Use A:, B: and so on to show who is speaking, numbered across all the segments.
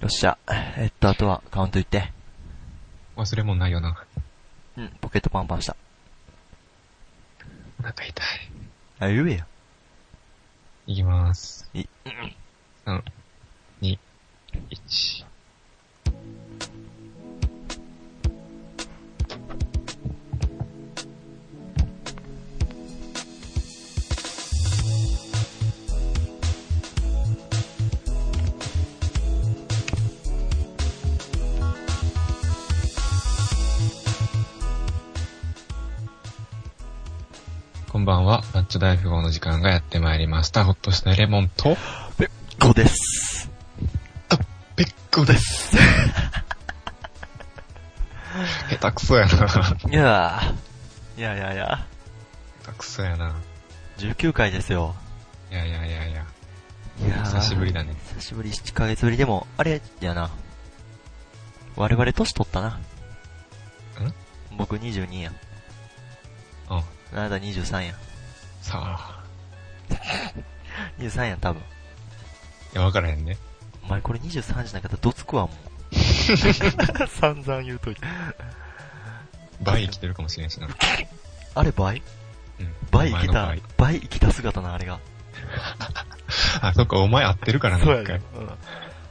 A: よっしゃ。えっと、あとはカウント言って。
B: 忘れ物ないよな。
A: うん、ポケットパンパンした。
B: お腹痛い。
A: あ、言えよ。
B: いきまーす。
A: い
B: 3、2、1。こんばんは。マッチョ大富豪の時間がやってまいりました。ほっとしたレモンと、
A: べっこです。
B: ペッコです。 下手くそやな。下
A: いやー。いやいやいや。
B: 手くそやな。
A: 19回ですよ。
B: いやいやいやいや。
A: いやー
B: 久しぶりだね。
A: 久しぶり、7ヶ月ぶりでも、あれ、やな。我々年取ったな。僕22や。
B: うん。
A: あなた23や。
B: さあ。
A: 23や、多分。
B: いや、わからへんね。
A: お前これ23じゃなかったらどつくわ、もう。 散々言うといて。
B: 倍生きてるかもしれんしな。
A: あれ倍
B: うん。
A: 倍
B: お
A: 生
B: 前
A: き
B: の
A: た
B: 倍、
A: 倍生きた姿な、あれが。
B: あ、そっか、お前合ってるからな、
A: そうや
B: 一回
A: ね。うん。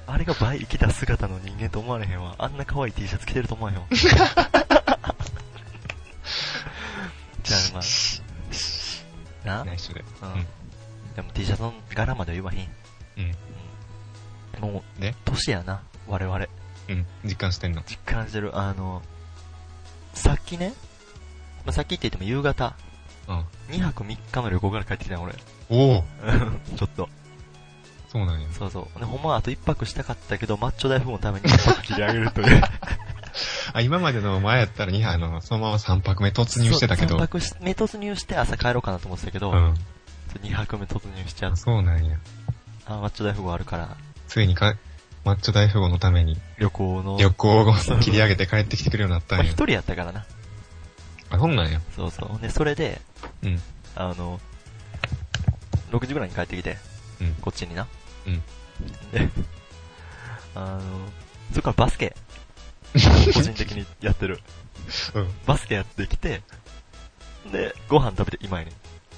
A: あれが倍生きた姿の人間と思われへんわ。あんな可愛い T シャツ着てると思わ へんわ。じゃあまあ、な、
B: 内緒で。
A: うん。でも T シャツの柄までは言わへん。
B: うん。
A: うんもう、
B: で
A: 年やな、我々。
B: うん。実感してんの。
A: 実感してる。あの、さっきね、まあ、さっきって言っても夕方、
B: うん。
A: 2泊3日の旅行から帰ってきたん俺。
B: おお
A: うんちょっと。
B: そうなんや。
A: そうそう。ね、ほんまはあと1泊したかったけど、マッチョ大富豪のために1泊 切り上げるという。
B: あ、今までの前やったら2、あの、そのまま3泊目突入してたけど。
A: そう三泊し目突入して朝帰ろうかなと思ってたけど、
B: うん。
A: 2泊目突入しちゃう
B: あ、。そうなんや。
A: あ、マッチョ大富豪あるから、
B: ついにか、マッチョ大富豪のために
A: 旅行の。
B: 旅行を
A: そう
B: 切り上げて帰ってきてくるようになった
A: まあ
B: ん
A: 一
B: や。
A: 人やったからな。
B: あ、そうなんや。
A: そうそう。ほんで、それで、
B: うん。
A: あの、6時ぐらいに帰ってきて、
B: うん
A: こっちにな。
B: うん。
A: で、あの、それからバス ケ、個人的にやってる。
B: うん。
A: バスケやってきて、で、ご飯食べて今やね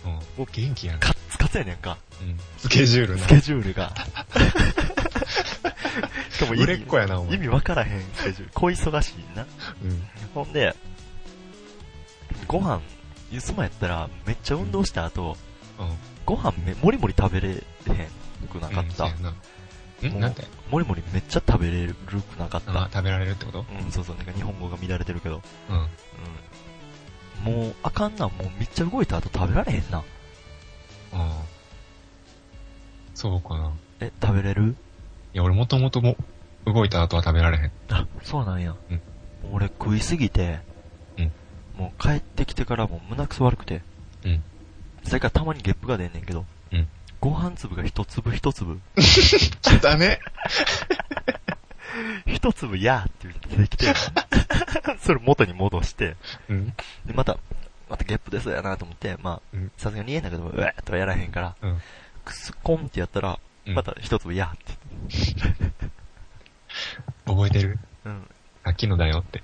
A: ん。
B: うん。お、元気やな。
A: カッツカツやねんか。
B: うん。スケジュールな
A: ス。ケジュール が。しかも意
B: 売れっ
A: 味
B: 子やな、お前。
A: 意味わからへんスケジュール。小忙しいな。
B: うん。
A: ほんで、ご飯、いつもやったらめっちゃ運動した後、
B: うん。
A: ご飯め、もりもり食べれへんくなか
B: うん
A: っ
B: そ
A: た
B: うや。な。
A: も
B: ん
A: う
B: なんて
A: もりもりめっちゃ食べれるくなかっ
B: あ
A: た。
B: 食べられるってこと
A: うん、そうそう、なんか日本語が乱れてるけど。
B: うん。
A: うん。もう、あかんな、もうめっちゃ動いた後食べられへんな。
B: ああ。そうかな。
A: え、食べれる
B: いや、俺もともとも、動いた後は食べられへん。
A: あ、そうなんや。
B: うん
A: 俺食いすぎて、
B: うん
A: もう帰ってきてからもう胸くそ悪くて。
B: うん。
A: それからたまにゲップが出んねんけど。
B: うん
A: ご飯粒が一粒一粒。
B: だね。
A: 一粒やーって言ってきて。 それ元に戻して。
B: うん。
A: で、また、またゲップですやなと思って、まあ
B: うん、
A: さすがに言えんだけど、うわーっとはやらへんから、
B: うん。
A: くすこんってやったら、
B: うん
A: また一粒やーって。
B: 覚えてる
A: うん。
B: さっきのだよって。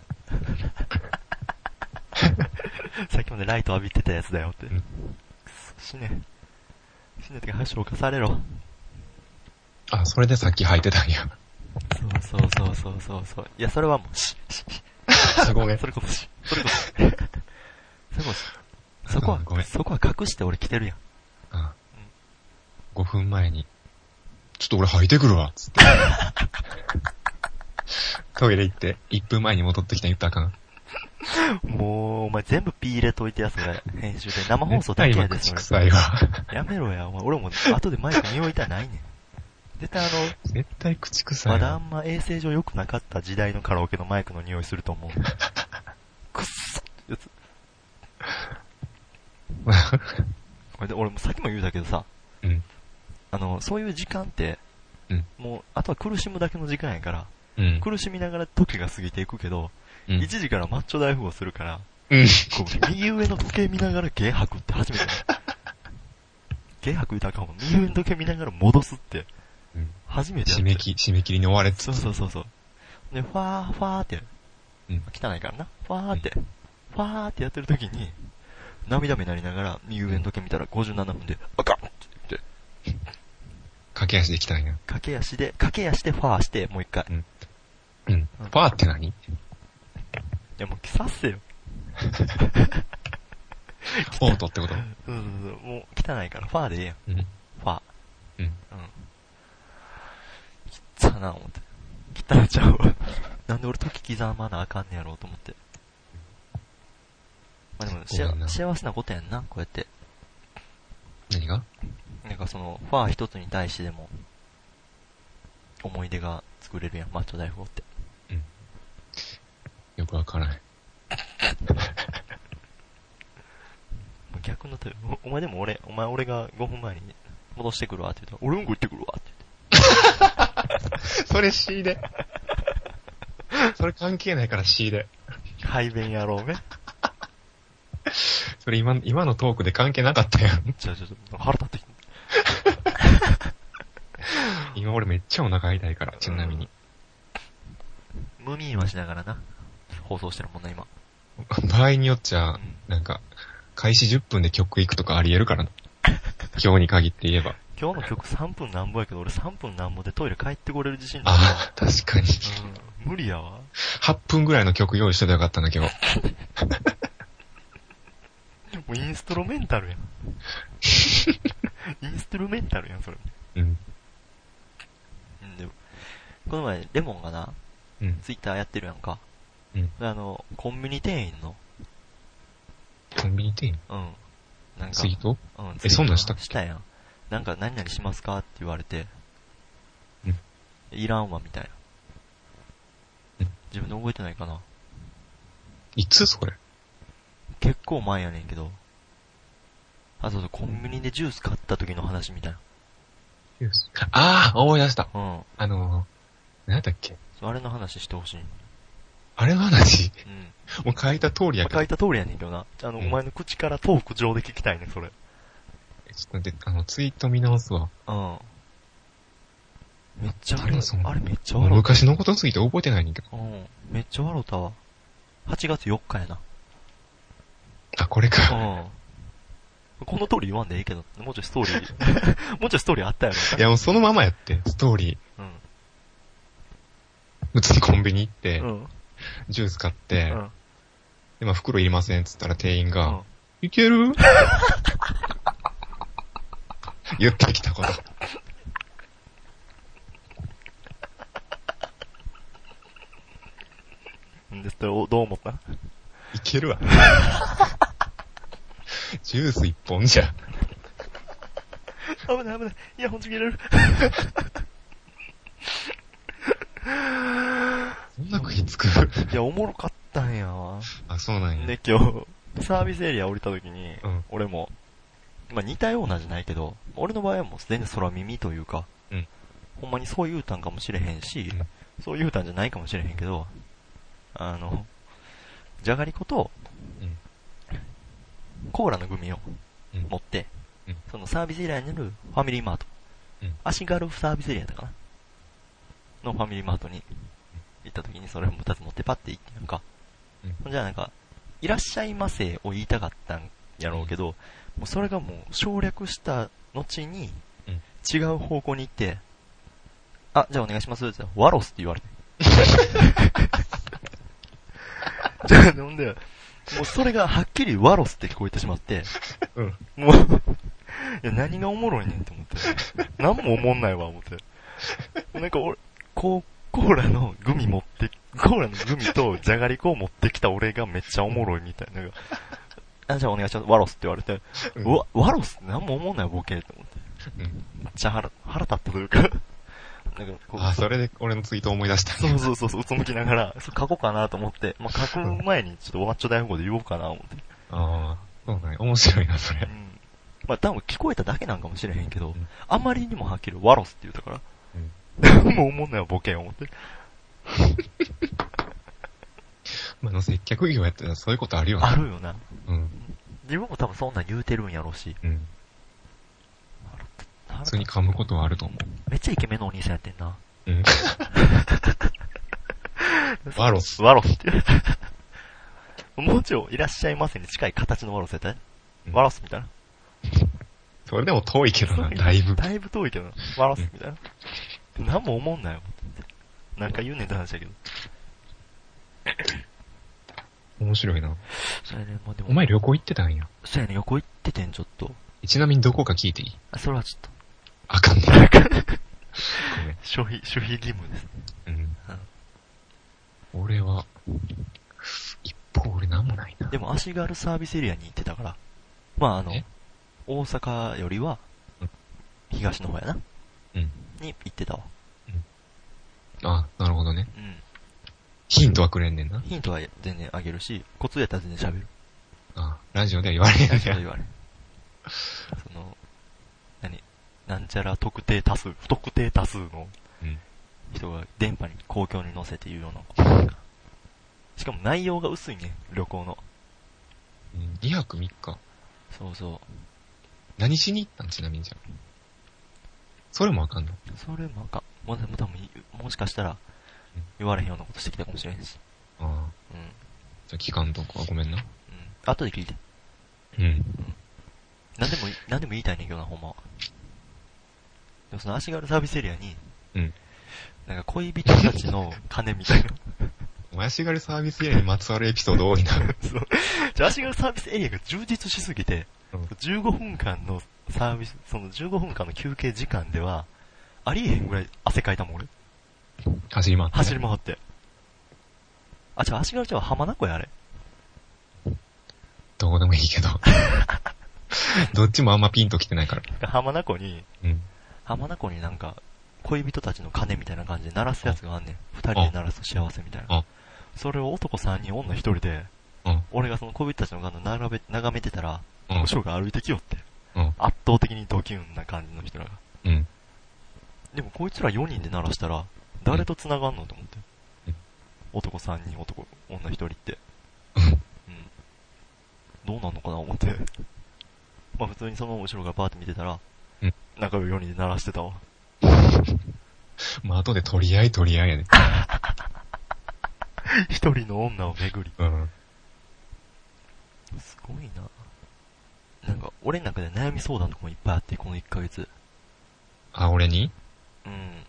A: さっきまでライト浴びてたやつだよって。
B: うん
A: くそ死ね。死ねってか、早く消化されろ。
B: あ、それでさっき履いてたんや。
A: そうそうそうそうそうそう。いや、それはもう、し、し、し
B: あごめん
A: そ。れこそし、それこそし。そ れこそ、そこ
B: ごめ
A: は、
B: ん
A: そこは隠して俺来てるやん。
B: あ5分前に、ちょっと俺履いてくるわ、つって。トイレ行って、1分前に戻ってきた言ったらあかん。
A: もう、お前全部 P 入れといてや、それ。編集で。生放送だけやで、
B: 絶対今口
A: それ。
B: 臭いわ。
A: やめろや、お前。俺も、後でマイク匂いたないねん。絶対あの、
B: 絶対口臭
A: ま
B: い
A: だあ
B: わ。
A: んま衛生上良くなかった時代のカラオケのマイクの匂いすると思う。くっそってやつ。これで、俺もさっきも言うたけどさ、
B: うん。
A: あの、そういう時間って、
B: うん
A: もう、あとは苦しむだけの時間やから、
B: うん。
A: 苦しみながら時が過ぎていくけど、
B: うん。
A: 一時からマッチョ大富豪するから、
B: うん。
A: こう右上の時計見ながらゲ吐くって初め て。ゲ吐く言うたらあかんもん。右上の時計見ながら戻すって
B: うん、
A: 初めてや
B: 締
A: って
B: め切、締め切りに追われつ
A: そう
B: つ
A: そ、うそうそう。で、ファー、ファーって、
B: うん
A: 汚いからな。ファーって、ファーってやってる時に、涙目なりながら、右上の時計見たら57分で、あかんって言って、
B: 駆け足できたんや。
A: 駆け足で、駆け足でファーして、もう一回。い
B: うん。ファーって何
A: や、もう、さっせよ。
B: オートって
A: そうそう
B: こと
A: そう。もう、汚いから、ファーでええやん。
B: うん。
A: ファー。
B: うん。
A: うん。きっつぁな、思って。汚いちゃうわ。 なんで俺時刻まなあかんねやろうと思って。まあでも、し
B: ごめん
A: あ
B: な
A: 幸せなことやんな、こうやって。
B: 何が
A: なんかその、ファー一つに対してでも、思い出が作れるやん、マッチョ大富豪って。
B: よくわからない。
A: もう逆のとおお前でも俺、お前俺が5分前に戻してくるわって言ったら、俺うんこ行ってくるわって
B: それ C で。それ関係ないから C で。
A: 言って。排便野郎め。
B: それ今、今のトークで関係なかったやん。
A: ちょちょちょ、腹立ってきた。
B: 今俺めっちゃお腹痛いから、ちなみに。
A: 無眠はしながらな、放送してるもんな、今。
B: 場合によっち
A: う
B: ゃ、
A: ん
B: なんか、開始10分で曲行くとかありえるからな。今日に限って言えば。
A: 今日の曲3分なんぼやけど、俺3分なんぼでトイレ帰ってこれる自信ないわ
B: ああ、確かに。
A: うん、無理やわ。
B: 8分ぐらいの曲用意してたらよかったんだけど。
A: もうインストロメンタ ルやん。インストロメンタルやん、それ。
B: うん。
A: うん、でも、この前、レモンがな、
B: うん。
A: ツイッターやってるやんか。
B: うん
A: であの、コンビニ店員の、
B: コンビニ店員
A: うん。なんか、
B: ツイート
A: うん、
B: えそんなんしたっけ
A: したやん。なんか、何々しますかって言われて、
B: うん
A: いらんわ、みたいな
B: うん。
A: 自分で覚えてないかな。
B: いつそれ
A: 結構前やねんけど。あ、そうそう、コンビニでジュース買った時の話みたい
B: ああ、思い出した。
A: な。うん。
B: あのー、なんだっけ
A: そうあれの話してほしい。う
B: あれの話、
A: ん。
B: もう書いた通りや
A: まあ
B: け
A: 書
B: ど、
A: いた通りやねんけどな。あの、
B: うん
A: お前の口からトーク上で聞きたいね、それ。
B: ちょっと待って、あの、ツイート見直すわ。
A: うん。めっちゃ
B: あった
A: 笑
B: なそん
A: う。
B: な
A: あれめっちゃ
B: もう
A: 笑う。
B: 昔のことすぎて覚えてないねんけど。
A: うん。めっちゃ笑うたわ。8月4日やな。
B: あ、これか。
A: うん。この通り言わんでいいけど、もうちょいストーリー、 もうちょいストーリーあったや
B: いや、もうそのままやって、ストーリー。
A: ろ。
B: 普通にコンビニ行って、
A: うん。うん。
B: ジュース買って、
A: うん。
B: で、まあ、袋いりませんっつったら店員が、
A: うん
B: い ける言ってきたこと。
A: うん。で、それをどう思った
B: いけるわ。ジュース一本じゃ。
A: 危ない危ない。イヤホンちぎれる。
B: そんな食いつく。
A: いや、おもろかったんやわ。
B: あ、そうなんや。
A: で、今日、サービスエリア降りた時に、
B: うん
A: 俺も、まあ似たようなじゃないけど、俺の場合はもう全然空耳というか、
B: うん
A: ほんまにそう言うたんかもしれへんし、
B: うん
A: そう言うたんじゃないかもしれへんけど、あの、じゃがりこと、
B: うん
A: コーラのグミを
B: うん
A: 持って、
B: うん
A: そのサービスエリアにあるファミリーマート、
B: うん
A: 足軽サービスエリアだかなのファミリーマートに行った時にそれを2つ持ってパッて行ってなんか、
B: うん
A: ほんじゃあなんか、いらっしゃいませを言いたかったんやろうけど、もうそれがもう省略した後に
B: うん、
A: 違う方向に行って、あ、じゃあお願いしますって言ったら、ワロスって言わ れて。 じゃあ、なんで、もうそれがはっきりワロスって聞こえてしまって、
B: うん。
A: もう、いや何がおもろいねんって思って。何もおもんないわ、思って。なんか俺、こう、コーラのグミ持って、コーラのグミとじゃがりこを持ってきた俺がめっちゃおもろいみたいな。なんかあ、じゃあお願いします。ワロスって言われて。
B: うん
A: うわ、ワロスって何もおもんないボケって思って。
B: うん
A: めっちゃ腹、腹立ったというか。なんかこう
B: あ、それで俺のツイート思い出した。
A: そうそうそうそう、うつむきながら、そう書こうかなと思って、まあ、書く前にちょっとワッチョ大富豪で言おうかな思って。
B: ああ、そうなんや。面白いな、それ。
A: うんまあ多分聞こえただけなんかもしれへんけど、
B: ん
A: あまりにもはっきりワロスって言うたから、 もう思んないわボケん思って。
B: まあ、あの接客業やったらそういうことあるよね。
A: あるよな。
B: うん。
A: 自分も多分そんなん言うてるんやろうし、
B: うん。
A: 腹
B: 普通に噛むことはあると思
A: めっちゃイケメンのお兄さんやってんな。
B: う。うん。ワロス。
A: ワロスって言われた。もうちょいいらっしゃいませに近い形のワロスやったね。
B: うん
A: ワロスみたいな。
B: それでも遠いけどな、だいぶ。
A: だいぶ遠いけどな。ワロスみたいな。なんも思んなよ。なんか言うねんって話だけど。
B: 面白いな。
A: そうやね、もうでも。
B: お前旅行行ってたんや。
A: そうやね、横行っててん、ちょっと。
B: ちなみにどこか聞いていい
A: あ、それはちょっと。
B: あかんね。
A: 消費、消費義務です。
B: ごめん。うん。俺は、一方俺なんもないな。
A: でも、足軽サービスエリアに行ってたから。まあ、あの
B: え、
A: 大阪よりは
B: うん、
A: 東の方やな。
B: うん。
A: に行ってたわ。
B: あ、なるほどね。
A: うん。
B: ヒントはくれんねんな。
A: ヒントは全然あげるし、コツやったら全然喋る。
B: あ、ラジオでは言われへん
A: ラジオ
B: ね
A: で言われる。その、何なんちゃら特定多数、不特定多数の
B: うん。
A: 人が電波に公共に乗せて言うような。しかも内容が薄いね、旅行の。
B: うん2泊3日。
A: そうそう。
B: 何しに行ったんちなみにじゃあ。それもわかんない。
A: それもあかん。もうでも多分、もしかしたら、言われへんようなことしてきたかもしれんし。
B: ああ。
A: うん。うん。
B: じゃあ期間とかはごめんな。
A: 後で聞いて。
B: うん。
A: 何でもい、何でも言いたいねんけどな、ほんまは。でもその足軽サービスエリアに、
B: うん。
A: なんか恋人たち の金みたいな。
B: お前足軽サービスエリアにまつわるエピソード多いな。
A: じゃあ足軽サービスエリアが充実しすぎて、
B: うん
A: 15分間のサービス、その15分間の休憩時間では、ありえへんぐらい汗かいたもん俺。
B: 走り回って。
A: 走り回って。あ、違う、足軽ちゃうわ浜名湖やあれ。
B: どうでもい いけど。どっちもあんまピンときてないから。
A: 浜名湖に、
B: うん。
A: 浜名湖になんか、恋人たちの鐘みたいな感じで鳴らすやつがあんねん。二人で鳴らす幸せみたいな
B: あ。
A: それを男三人、女一人で、
B: うん。
A: 俺がその恋人たちの鐘を並べ、眺めてたら、
B: うん
A: 後ろが歩いてきよって。
B: うん。
A: 圧倒的にドキュンな感じの人らが。
B: うん。
A: でもこいつら4人で鳴らしたら、誰と繋がんのと思って
B: うん。
A: 男3人、男、女1人って。
B: うん
A: うん。どうなんのかな思って。まあ普通にその後ろからバーって見てたら
B: うん、
A: 仲良い4人で鳴らしてたわ。
B: まあ、後で取り合い取り合い やで。
A: 1人の女を巡り。
B: うん。
A: すごいな。なんか、俺の中で悩み相談とかもいっぱいあって、この1ヶ月。
B: あ、俺にい
A: うん。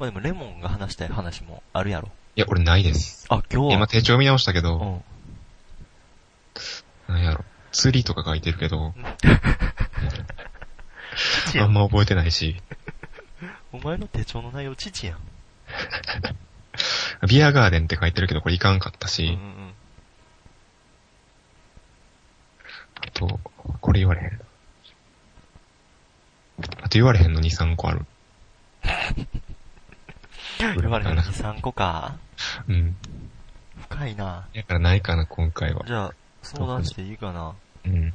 A: まあでも、レモンが話したい話もあるやろ。
B: や、俺ないです。
A: あ、今日
B: 今
A: は。
B: 手帳見直したけ
A: う
B: ど、
A: ん。
B: なんやろ。釣りとか書いてるけど、
A: 父や
B: あん
A: ん。
B: ま覚えてないし、
A: お前の手帳の内容、父やん。
B: ビアガーデンって書いてるけど、これいかんかった
A: うんう
B: し、
A: ん。
B: あと、これ言われへん。あと言われへんの2、3個ある。
A: 言われへん2、3個か。
B: うん。
A: 深いな。
B: だからないかな、今回は。
A: じゃあ、相談していいかな。
B: うん。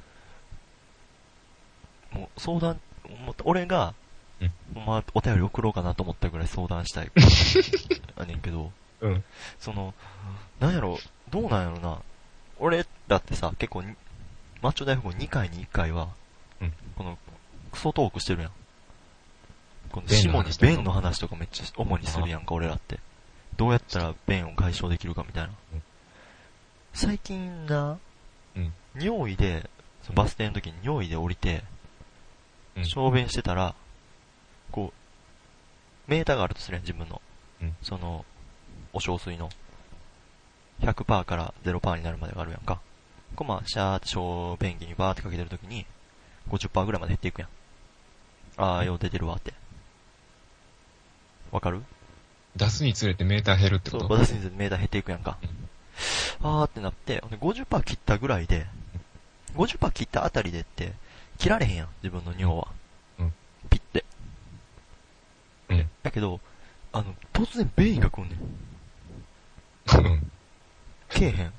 A: もう、相談、もう俺が
B: うん、
A: お前、お便り送ろうかなと思ったぐらい相談した い。あねんけど、
B: うん。
A: その、なんやろ、どうなんやろな。俺だってさ、結構に、マッチョ大富豪2回に1回は、
B: うん
A: この、クソトークしてるやん。この、
B: 便
A: 下
B: の
A: に
B: 話とか
A: 弁の話とかめっちゃ主にするやんか、俺らって。どうやったら便を解消できるかみたいな
B: うん。
A: 最近な、
B: うん
A: 尿意で、そのバス停の時に尿意で降りて、
B: うん
A: 小便してたら、こう、メーターがあるとするやん、自分の。
B: うん
A: その、お小水の。100%から0%になるまでがあるやんか。こうまあ、シャーって小便器にバーってかけてるときに、50%ぐらいまで減っていくやん。あーよ、出てるわって。わかる
B: 出すにつれてメーター減るって
A: そ
B: こ
A: う、
B: と
A: 私にメーター減っていくやんか。あーってなって、ほんで50%切ったぐらいで、50%切ったあたりでって、切られへんやん、自分の尿は。
B: うん
A: ピッて。
B: うん
A: だけど、あの、突然便意が来んねん。
B: うん。
A: けえへん。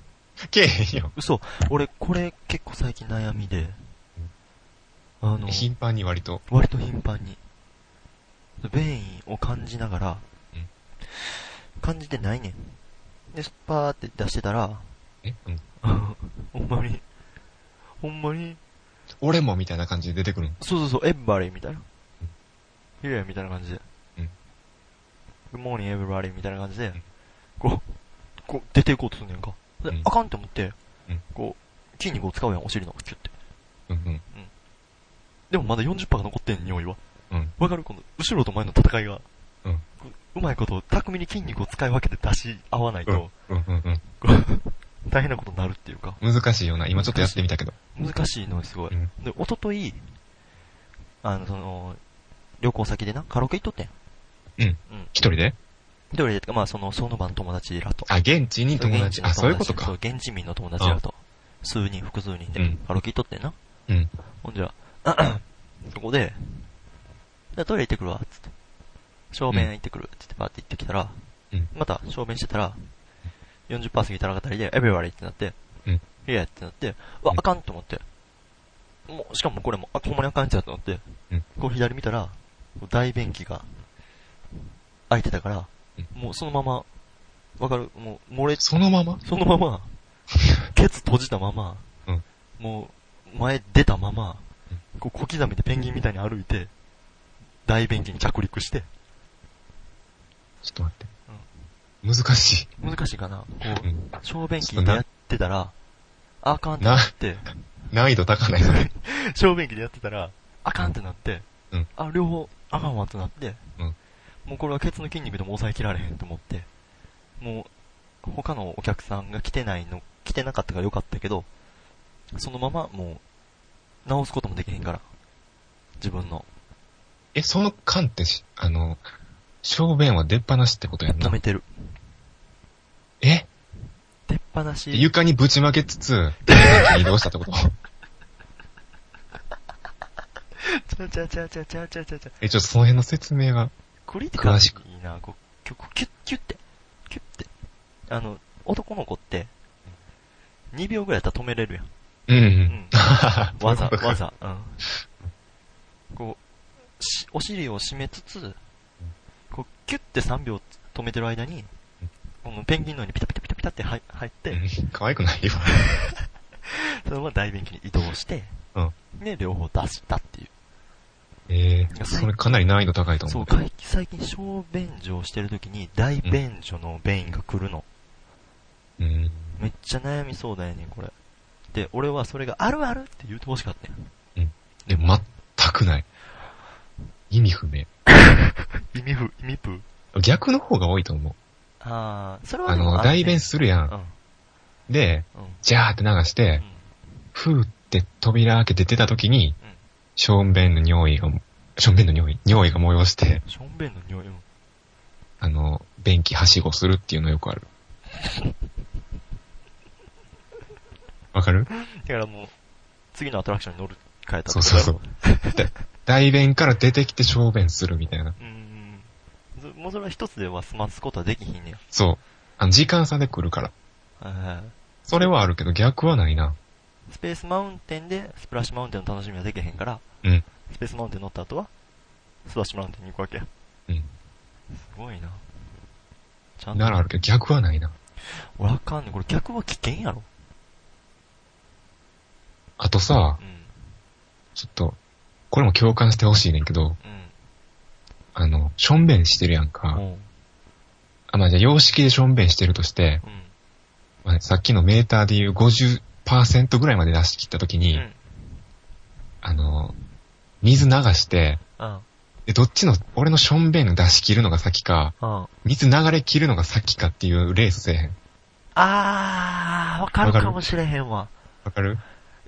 B: けえへんよ。
A: 嘘。俺、これ結構最近悩みで、あの、
B: 頻繁に割と。
A: 割と頻繁に。便意を感じながら
B: うん、
A: 感じてないねん。で、スパーって出してたら、
B: えうん。
A: ほんまに、ほんまに、
B: 俺もみたいな感じで出てくるの。
A: そうそうそう、エンバレーみたいな。ヒューみたいな感じで。
B: うん。
A: Good morning everybody みたいな感じで
B: ん、
A: こう、こう出ていこうとすんねやんか。で
B: うん
A: あかんって思って
B: うん、
A: こう、筋肉を使うやん、お尻の、キュって。
B: うん
A: でもまだ40%が残ってんねん、匂いは。
B: うん。うん。
A: わかるこの、後ろと前の戦いが。
B: うん
A: こう。うまいこと、巧みに筋肉を使い分けて出し合わないと、
B: うんうん
A: 大変なことになるっていうか、
B: うん。難しいよな。今ちょっとやってみたけど。
A: 難しいのよすごい。
B: うん。
A: で、一昨日あの、その、旅行先でな、カラオケ行っとってん。
B: 一人で
A: 一人でってか、まあ、その、その場の友達らと。
B: あ、現地に友
A: 現
B: 達。
A: 地の
B: あ、そういうこと
A: そう
B: か。
A: 現地民の友達らと。数人、複数人
B: う
A: で
B: ん、
A: カラオケ行っとってんな。
B: うん。
A: ほんじゃ、 そこで、じゃあトイレ行ってくるわ、つって。正面行ってくる、つってバーって行ってきたら、
B: うん
A: また正面してたら、40%過ぎたらあたりで、エブリバリーってなって、
B: うん
A: いやってなって、うわ
B: う、ん
A: あかんと思って。もう、しかもこれも、あ、ほんまにあかんやつだと思って、
B: うん
A: こう左見たら、大便器が、開いてたから、
B: うん
A: もうそのまま、わかるもう、漏れ
B: そのまま
A: そのまま、 ケツ閉じたまま、
B: うん
A: もう、前出たまま
B: う、
A: こう小刻みでペンギンみたいに歩いて、大便器に着陸して、
B: ちょっと待って。難しい。
A: 難しいかな、こ
B: う
A: う、
B: ん。
A: 小便器でやってたら、あかんってな
B: な、
A: って、
B: 難易度高ないそれ。
A: 小便器でやってたら、あかんってなって、
B: うん
A: あ、両方、あかんわってなって、
B: うん
A: もうこれはケツの筋肉でも抑えきられへんと思って、もう、他のお客さんが来てないの、来てなかったからよかったけど、そのままもう、直すこともできへんから、自分の、
B: え、その缶ってし、あの、小便は出っ放しってことやん
A: 止
B: な
A: め。てる。
B: え
A: 出っ放し、
B: 床にぶちまけつつ、 便器に移動したってこと
A: ちゃちゃちゃちゃちゃちゃちゃちゃ、
B: え、ちょっとその辺の説明が。
A: クリティカル
B: 詳しく
A: いいな、こう、キュッ、キュッ、キュッて、キュッて。あの、男の子って、2秒ぐらいやったら止めれるやん。
B: うんう。
A: うんん。
B: わ
A: わざ、わ。ざ、うん。こう、し、お尻を締めつつ、こう、キュッて3秒止めてる間に、このペンギンのようにピタピタピタピタって入入って、
B: 可愛くないよ。
A: そのまま大便器に移動して、
B: うん
A: で、両方出したっていう。
B: えー、それかなり難易度高いと
A: そ
B: 思う
A: う、。かい最近小便所をしてる時に大便所の便意が来るの。
B: うん。
A: めっちゃ悩みそうだよねん、これ。で、俺はそれがあるあるって言うてほしかったよ。
B: でも全くない。意味不明。
A: 意味不、意味不。
B: 逆の方が多いと思う。
A: あー、それは
B: あ
A: でも
B: の、
A: るね
B: 代弁するやん。で、
A: うん、うん。
B: ジャーって流して、
A: うん
B: ふーって扉開けて出た時に
A: うん、
B: ションベンの匂いが、ションベンの匂い、匂いが催して、
A: しょんべんの匂い、うん。
B: あの、便器はしごするっていうのよくある。わかる
A: だからもう、次のアトラクションに乗る、変えたって
B: そ
A: こ
B: う
A: と
B: そ
A: だ
B: う
A: ろ
B: そう。で代弁から出てきて小便するみたいな。
A: うーん。ずもうそれは一つでは済ますことはできひんねや。
B: そう。あの、時間差で来るから。
A: はいはい
B: それはあるけど逆はないな。
A: スペースマウンテンで、スプラッシュマウンテンの楽しみはできへんから、
B: うん。
A: スペースマウンテン乗った後は、スプラッシュマウンテンに行くわけや。
B: うん。
A: すごいな。ちゃんと。
B: ならあるけど逆はないな。
A: 俺あかんねんこれ逆は危険やろ。
B: あとさ
A: う、ん。
B: ちょっと、これも共感してほしいねんけど、あの、しょんべんしてるやん
A: うん。
B: か。
A: おう
B: あ、まあ、じゃあ、様式でしょんべんしてるとして、
A: うん。
B: まあ、さっきのメーターでいう50%ぐらいまで出し切ったとき
A: う
B: に、
A: ん。
B: あの、水流して、
A: あ
B: で、どっちの、俺のしょんべん出し切るのが先か、
A: あ。
B: 水流れ切るのが先かっていうレースせえへん。
A: あー、わかる
B: わかる
A: かもしれへんわ。
B: わかる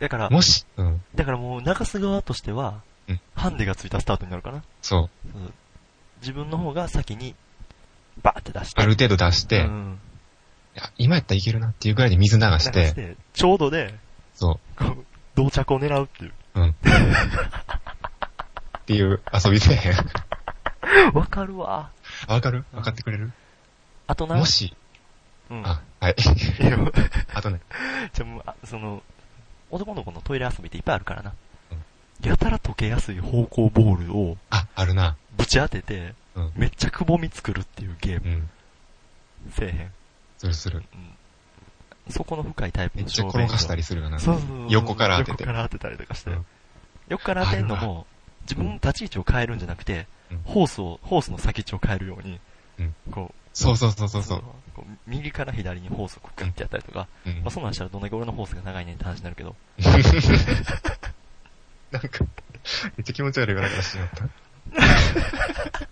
A: だから、
B: もし、うん、
A: だからもう流す側としては
B: うん、
A: ハンデがついたスタートになるかな。
B: そう。
A: そう自分の方が先に、バーって出して。
B: ある程度出して、
A: う
B: い
A: ん、
B: や今やったらいけるなっていうぐらいで水流し
A: 流
B: て、
A: してちょうどで、
B: そ
A: こう同着を狙うっていう。
B: う、うん。っていう遊びせえへん。
A: わかるわ。
B: あわかるわかってくれる
A: あとな、
B: もし、
A: うん。
B: あ、はい。
A: いや
B: あとね、
A: じゃあもうあその、男の子のトイレ遊びっていっぱいあるからな
B: うん。
A: やたら溶けやすい方向ボールを
B: あ、あるな。
A: ぶち当てて、
B: うん。
A: めっちゃくぼみ作るっていうゲー
B: う
A: ム。
B: ん。
A: せえへん。
B: するする。
A: うん。そこの深いタイプ
B: めっ
A: の
B: ちゃ転がした
A: り。
B: りするよな。
A: そうそうそう
B: 横から当てて
A: 横から当てたりとかして
B: うん。
A: 横から当てんのも、自分の立ち位置を変えるんじゃなくて
B: うん、
A: ホースを、ホースの先位置を変えるように
B: うん、
A: こう、
B: そうそうそうそうそう。
A: こう右から左にホースをこうグッてやったりとか、
B: うん
A: まあ、そんなんしたらどんだけ俺のホースが長いねんって話になるけど、
B: なんか、めっちゃ気持ち悪い笑い方してしまっ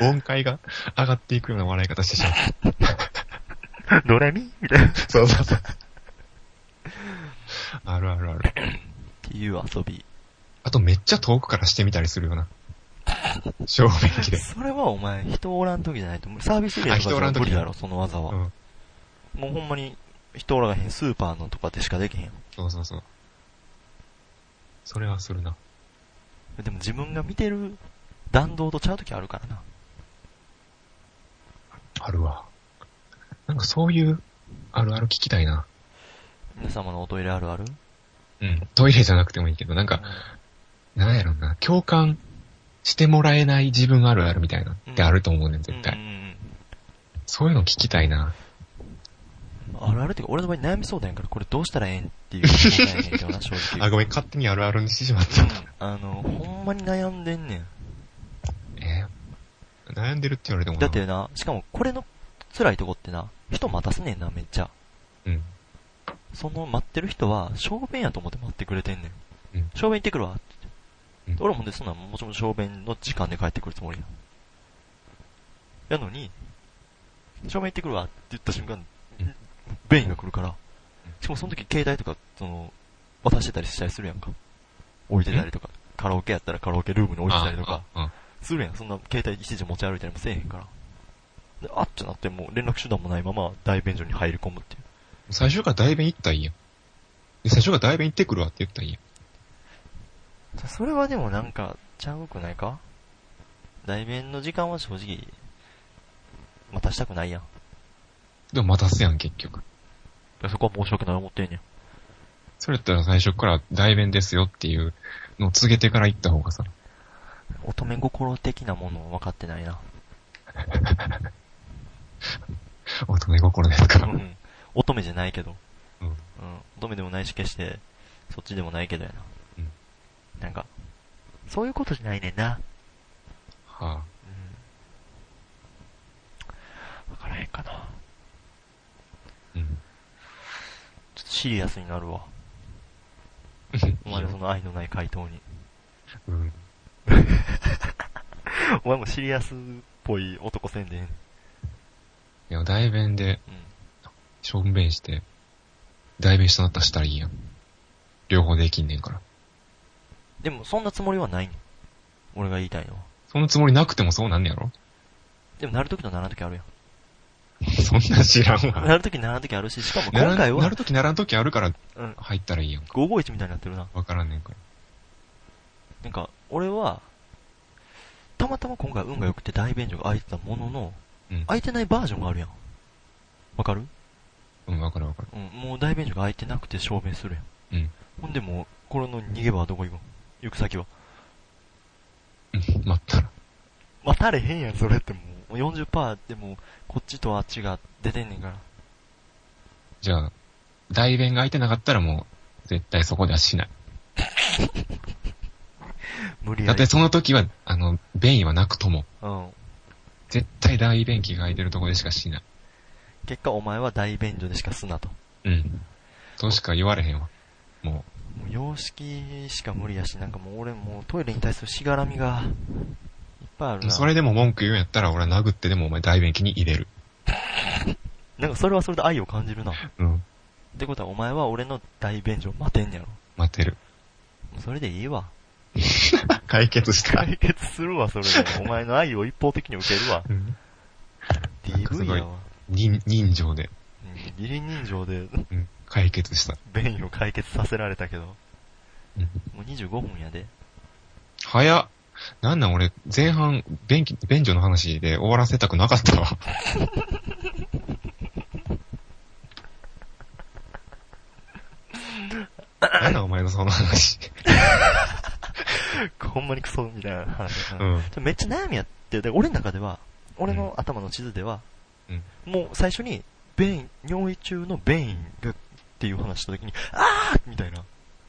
B: た。 音階が上がっていくような笑い方してしまっ。
A: ドレミみたいな。った
B: そうそうそう。あるあるある。
A: ていう遊び。
B: あとめっちゃ遠くからしてみたりするような。正面機で。
A: それはお前、人おらん時じゃないと無理、サービスエリア
B: あ
A: とか
B: 人
A: じ
B: お
A: ゃ
B: らん時
A: 無理やろ、その技
B: う
A: は。
B: ん。
A: もうほんまに、人おらがへん、スーパーのとかでしかできへんよ。
B: そうそうそう。それはするな。
A: でも自分が見てる弾道とちゃう時あるからな。
B: あるわ。なんかそういう、あるある聞きたいな。
A: 皆様のおトイレあるある
B: うん。トイレじゃなくてもいいけど、なんか、なんやろな、共感してもらえない自分あるあるみたいなってあると思うねん、絶対。
A: うんうんうん
B: そういうの聞きたいな。
A: あるあるっていうか、俺の場合悩みそうだやんから、これどうしたらええんって いう問題やねんけどな、正直。
B: あ、ごめん、勝手にあるあるにしてしまった。
A: うん。あの、ほんまに悩んでんねん。
B: えー悩んでるって言われてもな
A: だっ、てな、しかもこれの辛いとこってな、人待たすねんな、めっちゃ。
B: うん。
A: その待ってる人は、小便やと思って待ってくれてんねん。
B: うん
A: 小便行ってくるわ。
B: うん
A: 俺もね、そんなんもちろん小便の時間で帰ってくるつもりや。やのに、小便行ってくるわって言った瞬間
B: うん、
A: 便意が来るから。しかもその時携帯とか、その、渡してたりしたりするやんか。置いてたりとか。カラオケやったらカラオケルームに置いてたりとか。
B: あ。ああ
A: するやん。そんな携帯一時持ち歩いたりもせえへんから。で、あっちゃなってもう連絡手段もないまま大便所に入り込むっていう。
B: 最初から代弁行ったらいいやん。で最初から代弁行ってくるわって言ったらいいやん。
A: それはでもなんか、ちゃうくないか代弁の時間は正直、待たしたくないやん。
B: でも待たすやん、結局。
A: そこは申し訳ない思ってんねん。
B: それやったら最初から代弁ですよっていうのを告げてから行った方がさ。
A: 乙女心的なものを分かってないな。
B: 乙女心ですか
A: う
B: ら。
A: ん。乙女じゃないけど。
B: うん。
A: うん。乙女でもないし、決して、そっちでもないけどやな。
B: うん
A: なんか、そういうことじゃないねんな。
B: は
A: うん。分からへんかな。
B: あ。うん。
A: ちょっとシリアスにな るわ。お前のその愛のない回答に。
B: うん。
A: お前もシリアスっぽい男せんでええねん
B: いや、代弁で、
A: うん。
B: しょんべんして、代弁したなったらしたらいいやん。両方できんねんから。
A: でも、そんなつもりはないの。俺が言いたいのは。
B: そのつもりなくてもそうなんねやろ
A: でも、なるときとならんときあるや
B: そんなん知らん
A: ん。
B: わ。
A: なるときならんときあるし、しかも
B: なら
A: 今回
B: な
A: は
B: る、ときならんときあるから
A: うん、
B: 入ったらいいやん。
A: 551みたいになってるな。
B: わからんねんから。
A: なんか、俺は、たまたま今回運が良くて大便所が空いてたものの、
B: うん
A: 空いてないバージョンがあるやん。わかる
B: うん、わかるわかる。
A: うん、もう大便所が空いてなくて証明するやん。
B: うん
A: ほんでもう、これの逃げ場はどこ行くん行く先は。
B: うん、待ったら。
A: 待たれへんやん、それってもう。もう40%でも、こっちとあっちが出てんねんから。
B: じゃあ、代弁が空いてなかったらもう、絶対そこではしない。
A: 無理
B: だ
A: や
B: って
A: り。
B: その時は、あの、便意はなくとも。
A: うん。
B: 絶対大便器が空いてるとこでしかしない。
A: 結果お前は大便所でしかすなと。
B: うん。としか言われへんわ。も
A: もう様式しか無理やし、なんかもう俺もうトイレに対するしがらみが、いっぱいある
B: う。
A: な。
B: それでも文句言うんやったら俺は殴ってでもお前大便器に入れる。
A: なんかそれはそれで愛を感じるな。っ
B: うん。
A: てことはお前は俺の大便所を待てんやろ。
B: 待てる。
A: もうそれでいいわ。
B: 解決した。
A: 解決するわ、それで。お前の愛を一方的に受けるわ。
B: うん。なんかす
A: DV
B: ごい
A: やわ。
B: 人、人情で、
A: うん義理人情で
B: うん、解決した。
A: 便意を解決させられたけど。
B: うん
A: もう25分やで。
B: 早っ。なんなん俺、前半、便器、便所の話で終わらせたくなかったわ。 なんなんお前のその話。
A: ほんまにクソみたいな話やな。
B: うん。
A: めっちゃ悩みやって、で俺の中では、俺の頭の地図では、
B: うん
A: もう最初に、便意、尿意中の便意がっていう話した時に、あーみたいな。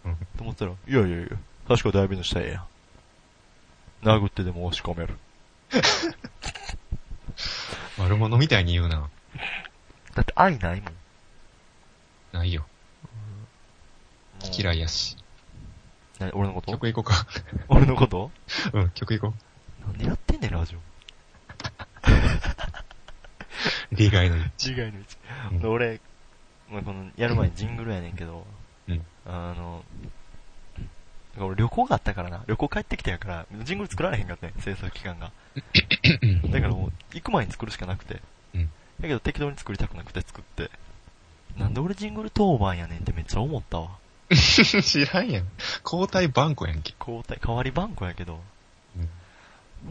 B: うん
A: と思ったら、いやいやいや、確かダイビングしたらええやん。殴ってでも押し込める。
B: 悪者みたいに言うな。
A: だって愛ないもん。
B: ないよ。嫌
A: い。
B: いやし。
A: な俺のこと
B: 曲行こうか。
A: 俺のこと
B: うん、曲行こ
A: 何やってんねん、ラジオ。
B: う。例外のに。
A: 違いの位置
B: うん
A: で俺、まあ、この、やる前にジングルやねんけど、
B: うん
A: あの、なんか俺旅行があったからな、旅行帰ってきてやから、ジングル作られへんかったね、制作期 間が。だからもう、行く前に作るしかなくて。
B: うん
A: だけど適当に作りたくなくて作って。なんで俺ジングル当番やねんってめっちゃ思ったわ。
B: 知らんやん。交代バンコやんけ。
A: 交代、代わり番号やけど。
B: うん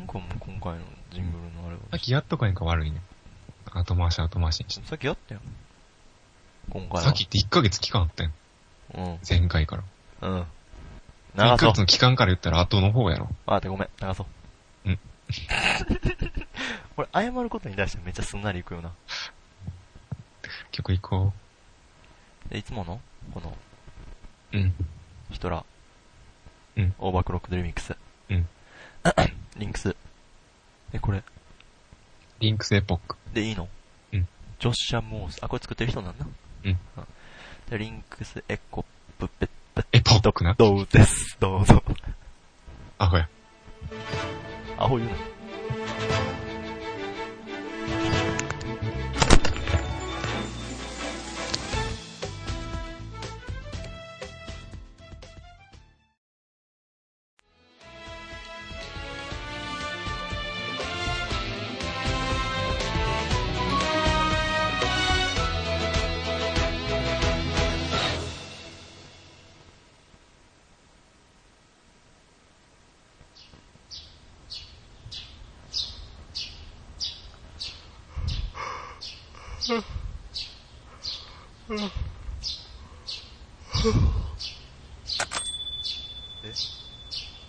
A: なんかもう今回のジングルのあれは。
B: さっきやっとかへんか悪いね。後回し後回しにして。
A: さっきやったやん。今回は。
B: さっきって1ヶ月期間あったやん。
A: うん。
B: 前回から。
A: うん。
B: 1
A: 流そ
B: ヶ
A: う
B: 月。の期間から言ったら後の方やろ。
A: あ、てごめん、流そう。
B: うん
A: 俺、謝る ことに対してめっちゃすんなりいくよな。
B: 曲行こ
A: で、いつものこの、
B: う。うん。
A: ヒトラー。
B: うん
A: オーバークロックドリミックス。
B: うん。
A: リンクス。え、これ。
B: リンクスエポック。
A: で、いいの
B: うん。
A: ジョッシャ・モース。あ、これ作ってる人なんだ。
B: うん
A: で、リンクス、エコ、プッペッペッ。
B: エポックな。
A: どうです。どうぞ。
B: アホや。
A: アホ言うな。え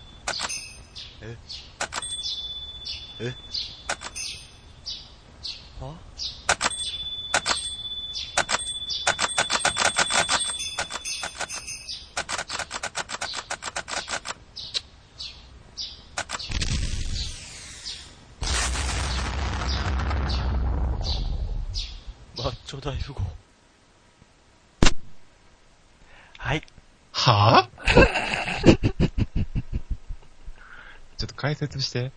A: えはマッチョ大富豪。はい。
B: は ぁちょっと解説して。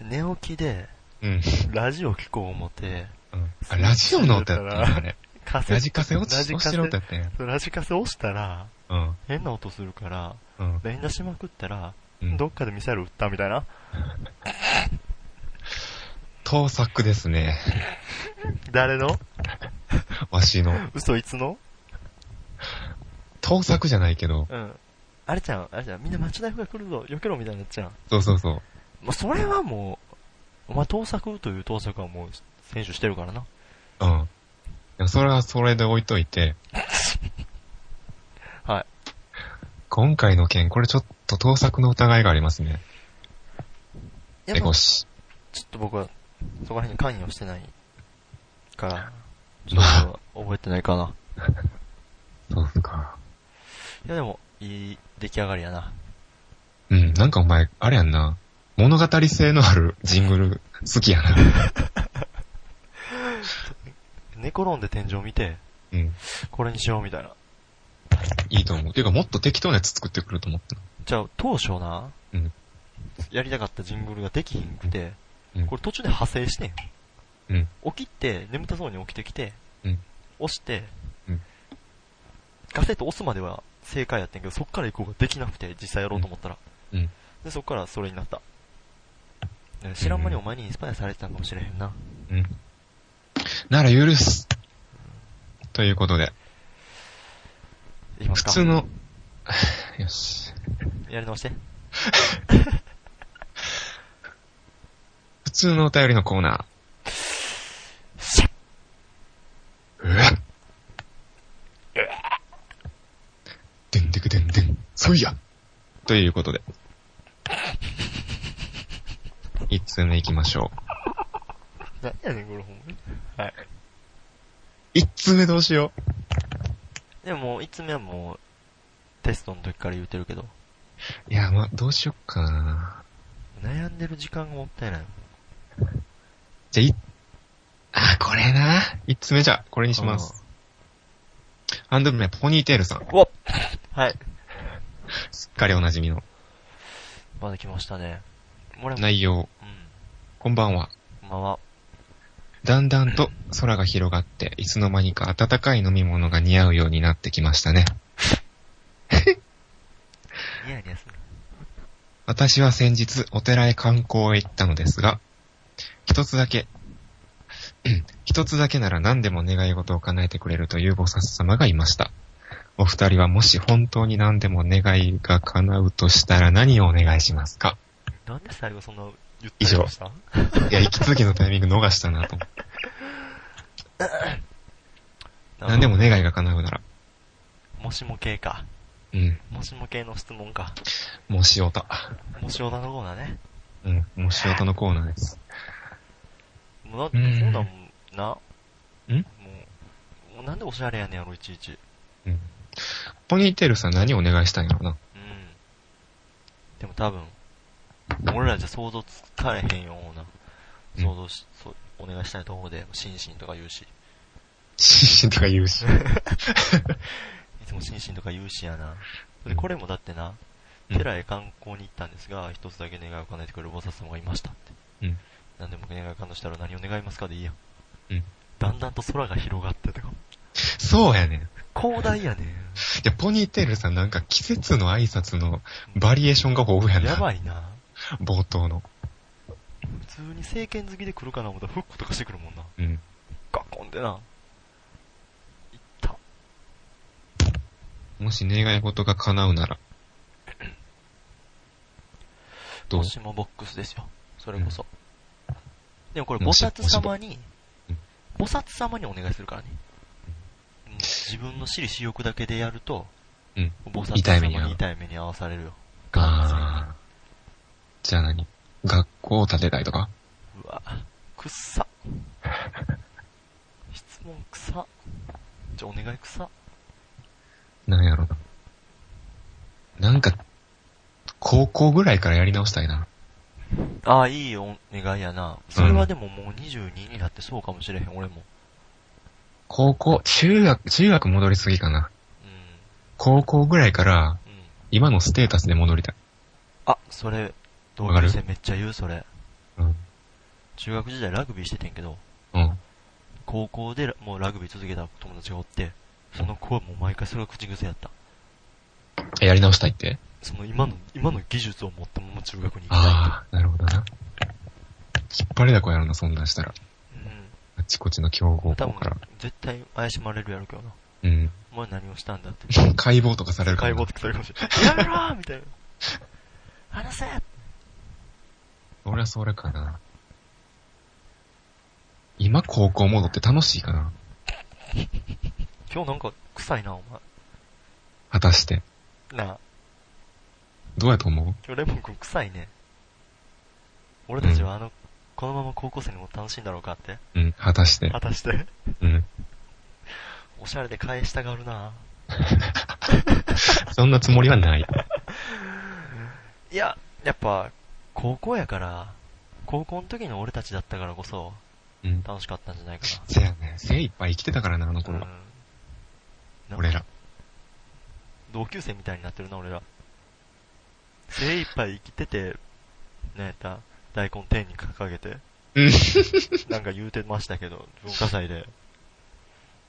A: 寝起きで、
B: うん。
A: ラジオ聞こう思て、
B: うん。あ、ラジオの音やったよ、あれ。
A: カセ
B: ラジカセ落
A: ラ
B: ち、
A: ジ
B: 落
A: カセ
B: ちてる音やったんや。
A: そうラジカセ押したら、
B: うん。
A: 変な音するから、
B: うん。
A: 連打しまくったら、
B: うん
A: どっかでミサイル撃ったみたいな。
B: 盗作ですね。
A: 誰の
B: わしの。
A: 嘘いつの
B: 盗作じゃないけど。
A: うん。あれちゃん、あれちゃん、みんな町大夫が来るぞ、避けろみたいになっちゃう。
B: そうそうそう。
A: まあ、それはもう、お前盗作という盗作はもう、選手してるからな。
B: うん。でもそれはそれで置いといて。
A: はい。
B: 今回の件、これちょっと盗作の疑いがありますね。
A: いやま
B: エ
A: あ
B: ゴシ。
A: ちょっと僕は、そこら辺に関与してないから、ちょ
B: まあ
A: っと覚えてないかな。
B: そうっすか。
A: いやでも、いい出来上がりやな。
B: うん、なんかお前、あれやんな。物語性のあるジングル、好きやな。
A: 寝転んで天井見て、
B: うん。
A: これにしようみたいな。
B: いいと思う。ていうか、もっと適当なやつ作ってくると思った。
A: じゃあ、当初な、
B: うん
A: やりたかったジングルができひんくて、
B: うん
A: これ途中で派生してん。
B: うん。
A: 起きて、眠たそうに起きてきて、
B: うん
A: 押して、
B: うん
A: ガセット押すまでは正解やってんけど、そっから移行ができなくて、実際やろうと思ったら。
B: うんうん
A: で、そっからそれになった。ね知らん間にお前にインスパイアされてたんかもしれへんな。
B: うん。なら許す。ということで、
A: いきます
B: 普
A: か
B: 通の、 よし。
A: やり直して。
B: 普通のお便りのコーナ
A: シャッ
B: ー。うわっでんでくでんでん、そういやということで。一通目行きましょう。
A: 何やねん、これほんまに。はい。
B: 一通目どうしよ
A: でも、いつ目はもテストの時から言うてるけど。
B: いや、まあ、どうしよっかな。
A: 悩んでる時間がもったいない。
B: じゃあ、い、あ、これな。一つ目じゃ、これにします。ハンドル名、ポニーテールさん。
A: うわはい。
B: すっかりおなじみの
A: まだ来ましたね。俺も、
B: 内容。
A: うん。
B: こんばんは。
A: まあま
B: だんだんと空が広がって、いつの間にか温かい飲み物が似合うようになってきましたね。
A: あ、ニヤニヤする。
B: 私は先日お寺へ観光へ行ったのですが、一つだけ、 うん一つだけなら何でも願い事を叶えてくれるという菩薩様がいました。お二人はもし本当に何でも願いが叶うとしたら何をお願いしますか
A: なんで最後そんな言って
B: 以上
A: ました
B: いや、息継ぎのタイミング逃したなと思って。何でも。願いが叶うなら。
A: もしも系か。
B: うん。
A: もしも系の質問か。
B: もしおた。
A: もしおだのコーナーね。
B: うん。もしおたのコーナーです。
A: もうだって
B: うん
A: そうだもんな。
B: ん
A: もう、もうなんでおしゃれやねんやろ、いちいち。
B: うん。ポニーテールさん何をお願いしたんやろな。
A: うん。でも多分、俺らじゃ想像つかれへんような、
B: うん
A: 想像し、そうお願いしたいところで、心身とか言うし、
B: 心 身とか言 うし。
A: いつも心身とか言うしやな。で、これもだってな、
B: うん
A: 寺へ観光に行ったんですが、一つだけ願いを叶えてくれる菩薩様がいましたって。
B: うん
A: 何でも願いを叶したら何を願いますかでいいやん。
B: うん
A: だんだんと空が広がってとか、
B: そうやねん。
A: 広大やね
B: いや、ポニーテールさんなんか季節の挨拶のバリエーションが 豊富や
A: ん。
B: な。
A: やばいな。
B: 冒頭の。
A: 普通に政権好きで来るかな思ったらフックとかしてくるもんな。
B: うん。
A: ガコンでな。いった。
B: もし願い事が叶う なら。どう
A: もしもボックスですよ。それこそ。でもこれ、菩
B: もし
A: 薩様に
B: もし、
A: 菩薩様にお願いするからね。うん自分の私利私欲だけでやると、
B: うん
A: 菩薩
B: 痛い目
A: 様
B: に遭う
A: に痛い目に遭わされるよ。
B: あーじゃあ何学校を建てたいとか
A: うわ、くっ さ。質問くさ。じゃあお願いくさ。
B: なんやろな。なんか、高校ぐらいからやり直したいな。
A: ああ、いいお願いやな。それはでももう22になってそうかもしれへん、俺も。
B: 高校、中学、中学戻りすぎかな。
A: う
B: 高校ぐらいから、
A: ん。うん。
B: 今のステータスで戻りたい。
A: あ、それ、同
B: わかる
A: 級生めっちゃ言う、それ。
B: うん。
A: 中学時代ラグビーしててんけど、
B: うん。
A: 高校でもうラグビー続けた友達がおって、その子はもう毎回それが口癖やった。
B: やり直したいって
A: その今の、今の技術を持ったまま中学に行きたい。
B: ああ、なるほどな。引っ張りだこやろな、そんなんしたら。あっちこっちの強
A: う
B: 豪
A: ん。多
B: 校
A: 分
B: から。、
A: 絶対怪しまれるやろけどな。
B: うん。
A: お前何をしたんだって。
B: 解剖とかされるか
A: 解
B: らな。
A: 剖って来るかもしれない。やめろーみたいな。話せ
B: 俺はそれかな。今高校戻って楽しいかな。
A: 今日なんか臭いな、お
B: 果たして。
A: 前。なあ、
B: どうやと思う
A: 今日レモン君臭いね。俺たちはあの、このまま高校生にも楽しいんだろうかって。
B: うん、果たして。
A: 果たして。
B: うん。
A: おしゃれで返したがるな
B: そんなつもりはない。
A: いや、やっぱ、高校やから、高校の時の俺たちだったからこそ、
B: うん。
A: 楽しかったんじゃないか
B: せやね。精一杯生きてたからな、あの
A: な。
B: 頃は。
A: うん
B: 俺ら。
A: 同級生みたいになってるな、俺ら。精一杯生きてて、なんやった大根天に掲げて
B: うん。
A: なんか言うてましたけど、文化祭で、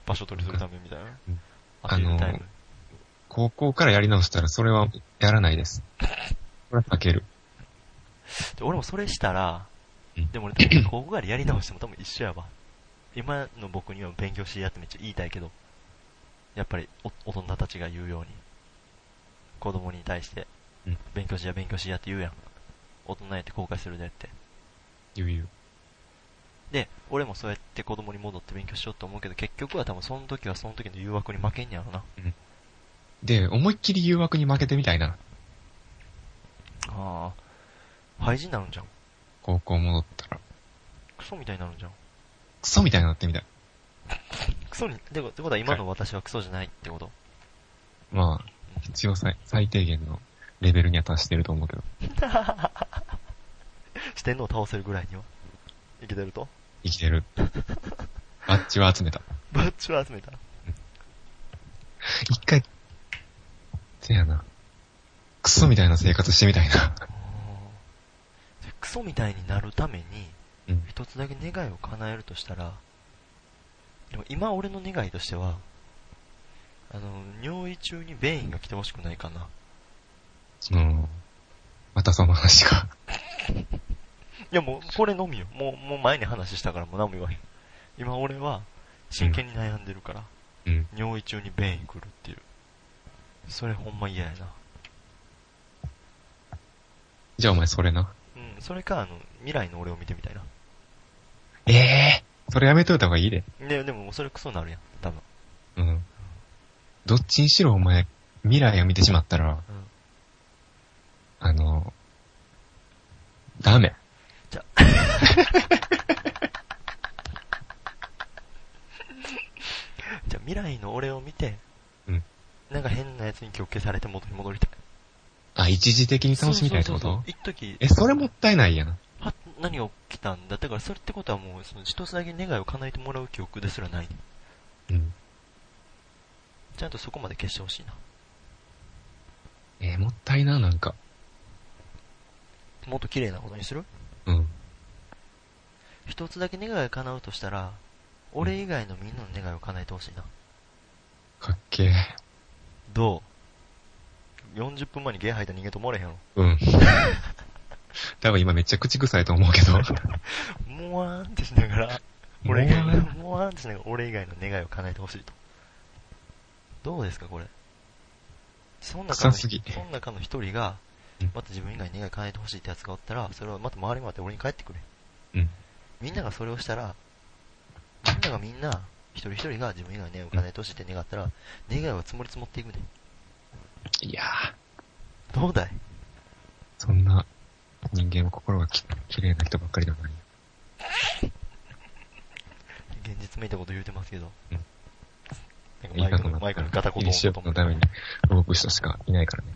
A: 場所取りするためみたいな
B: うん。
A: アピールタイム
B: あ高校からやり直したら、それはやらないです。これは避ける。
A: で俺もそれしたら
B: うん、
A: でも俺多分高校からやり直しても多分一緒やわ。今の僕には勉強してやってめっちゃ言いたいけど、やっぱりお大人たちが言うように、子供に対して
B: うん、
A: 勉強しや勉強しやって言うやん。大人やって後悔するでって。
B: ゆうゆう。
A: で、俺もそうやって子供に戻って勉強しようと思うけど、結局は多分その時はその時の誘惑に負けんねやろな。
B: で、思いっきり誘惑に負けてみたいな。
A: ああ、廃人になるんじゃん。
B: 高校戻ったら。
A: クソみたいになるんじゃん。
B: クソみたいになってみたい。
A: クソに、でもってことは今の私はクソじゃないってこと
B: まあ、一応最最低限のレベルには達してると思うけど、
A: 四天王倒せるぐらいには。いけてると
B: 生きて る。バッジは集めた。
A: バッチを集めた。
B: 一回、せやな。クソみたいな生活してみたいな。
A: でクソみたいになるために
B: うん、
A: 一つだけ願いを叶えるとしたら、でも今俺の願いとしては、あの、尿意中に便意が来てほしくないかな。
B: その、またその話が。
A: いやもう、これのみよ。もう、もう前に話したからもう何も言わへん。今俺は、真剣に悩んでるから、
B: うん。
A: 尿意中に便意来るっていう。それほんま嫌やな。
B: じゃあお前それな。
A: うん、それか、あの、未来の俺を見てみたいな。
B: ええそれやめといた方がいいで。
A: ね、でももうそれクソになるやん、多分。
B: うん。どっちにしろお前、未来を見てしまったら、
A: うん
B: あの、ダメ。
A: じゃあ未来の俺を見て、
B: うん
A: なんか変なやつに強制されて元に戻りたい。
B: あ、一時的に楽しみたいってこと
A: そうそうそう一時、
B: え、それもったいないやん。
A: は、何が起きたんだだからそれってことはもう、その一つだけ願いを叶えてもらう記憶ですらない、
B: うん。
A: ちゃんとそこまで消してほしいな。
B: えーもったいな、なんか。
A: もっと綺麗なことにする
B: うん。
A: 一つだけ願いが叶うとしたら、俺以外のみんなの願いを叶えてほしいな。
B: かっけえ。
A: どう ?40 分前にゲー吐いた人間と思われへんや
B: うん。 多分今めっちゃ口臭いと思うけど。
A: ろ。もわーんってしながら、俺以外の、もわーんってしながら俺以外の願いを叶えてほしいと。どうですか、これ。その中の、
B: 臭すぎ
A: その中の一人が
B: うん、
A: また自分以外に願い叶えてほしいってやつがおったら、それをまた回り回って俺に帰ってくれ。
B: うん。
A: みんながそれをしたら、みんながみんな、一人一人が自分以外に願いを叶えてほしいって願ったら、願いは積もり積もっていくね。
B: いやー、
A: どうだい
B: そんな人間は心がき綺麗な人ばっかりでもない。
A: 現実めいたこと言うてますけど。
B: うん
A: なんかマイク
B: な
A: の、マイクのガタコ
B: い
A: ト
B: い
A: ン
B: シオ
A: と
B: のために動く人しかいないからね。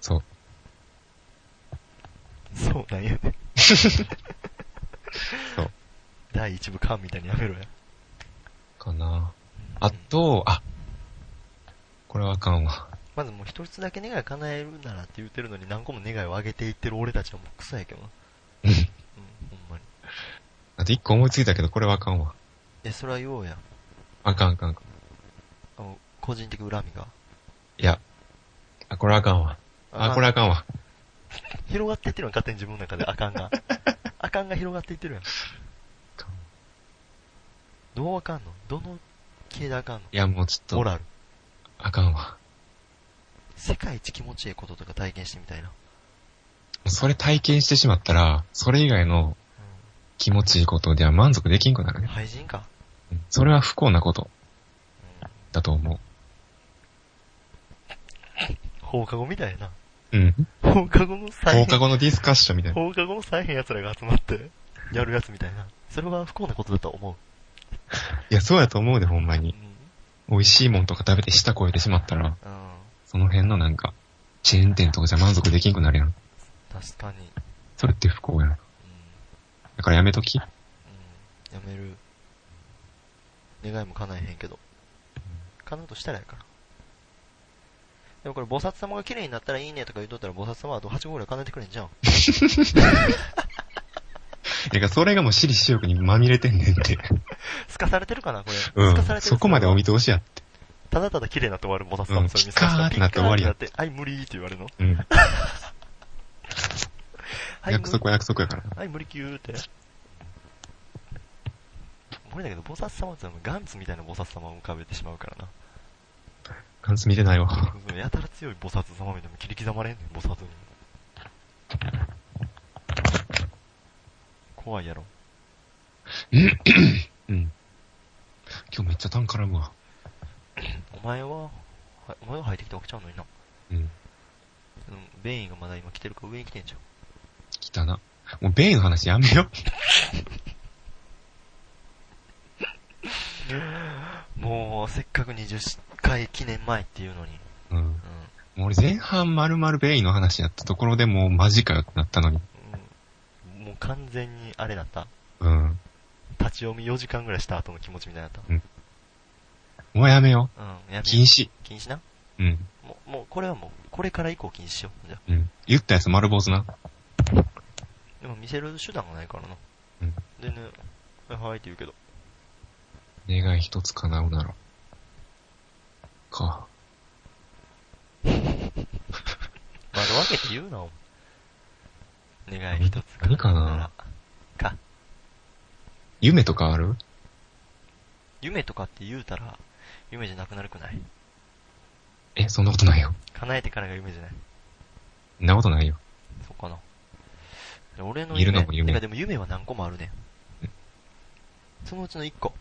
B: そう。
A: そうなんやね。
B: そう。
A: 第一部缶みたいにやめろや。
B: かな
A: う
B: あ
A: ん
B: と、あ、これはあかんわ。
A: まずもう一つだけ願い叶えるならって言ってるのに何個も願いを上げていってる俺たちはもうクソやけどな。
B: うん
A: うん、ほんまに。
B: あと一個思いついたけど、これはあかんわ。
A: え、それは言おうや。
B: あかんあかんあかん。
A: あの、個人的恨みが。
B: いや。あ、これはあかんわ。あ、これはあかんわ。
A: 広がっていってるの勝手に自分の中であかんが。あかんが広がっていってるやん。
B: かん
A: どうあかんのどの系であかんの
B: いや、もうちょっと。
A: モラル。
B: あかんわ。
A: 世界一気持ちいいこととか体験してみたいな。
B: それ体験してしまったら、それ以外の気持ちいいことでは満足できんくなるね。
A: 廃人か。
B: うんそれは不幸なことだと思
A: 放課後みたいやな。
B: う。うん。
A: 放課後の
B: 放
A: 再
B: 課後のディスカッションみたいな。
A: 放課後の再編奴らが集まって、やるやつみたいな。それは不幸なことだと思う。
B: いや、そうやと思うで、ほんま
A: うん
B: に。。美味しいもんとか食べて舌超えてしまったら、
A: うん。
B: その辺のなんか、チェーン店とかじゃ満足できんくなるやん。
A: 確かに。
B: それって不幸やん。
A: う
B: だからやめとき。
A: ん。うん。やめる。願いも叶えへんけど。叶うとしたらやから。でもこれ、菩薩様が綺麗になったらいいねとか言うとったら、菩薩様はあと8号ぐらい叶えてくれんじゃん。
B: だからそれがもう私利私欲にまみれてんねんって。
A: すかされてるかな、これ。
B: う
A: すかされてる
B: ん。そこまでお見通しやって。
A: ただただ綺麗になって終わる、菩薩
B: う
A: 様
B: ん
A: それ見せまし
B: ピカー
A: た
B: ってなって終わり
A: ピカー
B: や
A: ってなって、はい、無理って言われるの。
B: うん。
A: はい、
B: 約束は約束やから。
A: 無理はい、無理級って。これだけど、菩薩様ってのはガンツみたいな菩薩様を浮かべてしまうからな。
B: 関数見てないわ。
A: そのやたら強い菩薩様みたいなの切り刻まれんねん、菩薩に。怖いやろ。
B: うん。今日めっちゃ単絡むわ。
A: お前は、はお前は入ってきたわけちゃうのにな。
B: うん。
A: うん、便意がまだ今来てるから上に来てんじゃん。
B: 来たな。もう、ベイの話やめよ。
A: もう、せっかく20回記念前っていうのに、
B: うん。
A: うん
B: もう俺前半まるまるベイの話やったところでもうマジかよってなったのに。
A: うんもう完全に、あれだった。
B: うん。
A: 立ち読み4時間ぐらいした後の気持ちみたいだった。
B: もうやめよ
A: うん、やめよ
B: う。禁。止。
A: 禁止な。
B: うん。
A: もう、もう、これはもう、これから以降禁止しよう。じゃあ
B: うん。言ったやつ丸坊主な。
A: でも見せる手段がないからな。
B: うん
A: でね、はいはいって言うけど。
B: 願い一つ叶うなら。か。
A: 窓開けて言うな、お前願い一つ。
B: 何かな
A: らか。
B: 夢とかある
A: 夢とかって言うたら、夢じゃなくなるくない
B: え、そんなことないよ。
A: 叶えてからが夢じゃない
B: そんなことないよ。
A: そうかな。で俺の
B: 見る
A: 夢、
B: のも夢
A: てかでも夢は何個もあるね。
B: うん
A: そのうちの1個。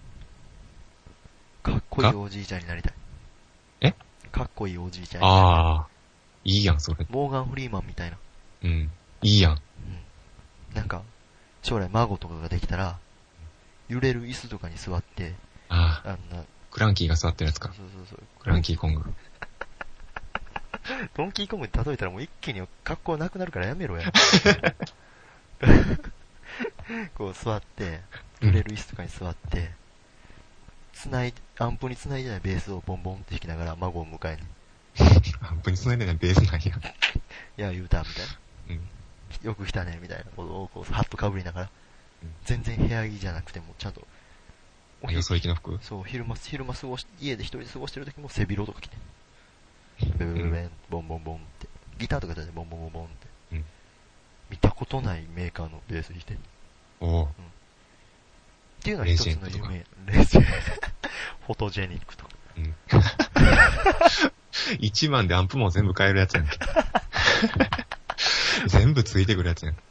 A: かっこいいおじいちゃんになりたい。
B: え
A: かっこいいおじいちゃんになりたい。
B: ああ。いいやん、それ。
A: モーガン・フリーマンみたいな。
B: うん。いいやん。
A: うん。なんか、将来孫とかができたら、揺れる椅子とかに座って、
B: ああ。
A: あんな、
B: クランキーが座ってるやつ
A: そう
B: か。
A: そうそう。
B: クランキーコング。
A: ドンキーコングに例えたらもう一気に格好なくなるからやめろ や。こう座って、
B: うん
A: 揺れる椅子とかに座って、繋い、アンプに繋いでないベースをボンボンって弾きながら孫を迎えに、
B: アンプに繋いでないベースなんや。
A: いや、言うた、みたい
B: うん。
A: な。よく来たね、みたいなことをこう、ハッとかぶりながら
B: うん、
A: 全然部屋着じゃなくても、ちゃんと、お
B: あよそ行きの服
A: そう、昼間、昼間過ごし、家で一人で過ごしてる時も背広とか着て。ブブブブン、ボンボンボンって。ギターとかじゃね、ボンボンボンボンって。
B: うん
A: 見たことないメーカーのベース弾いてる。
B: おう
A: っていうのは一つの
B: レジェンドとか
A: 夢。レジェンド。 フォトジェニックとか。
B: うん。1万でアンプも全部買えるやつやんけ。全部ついてくるやつやん。
A: フ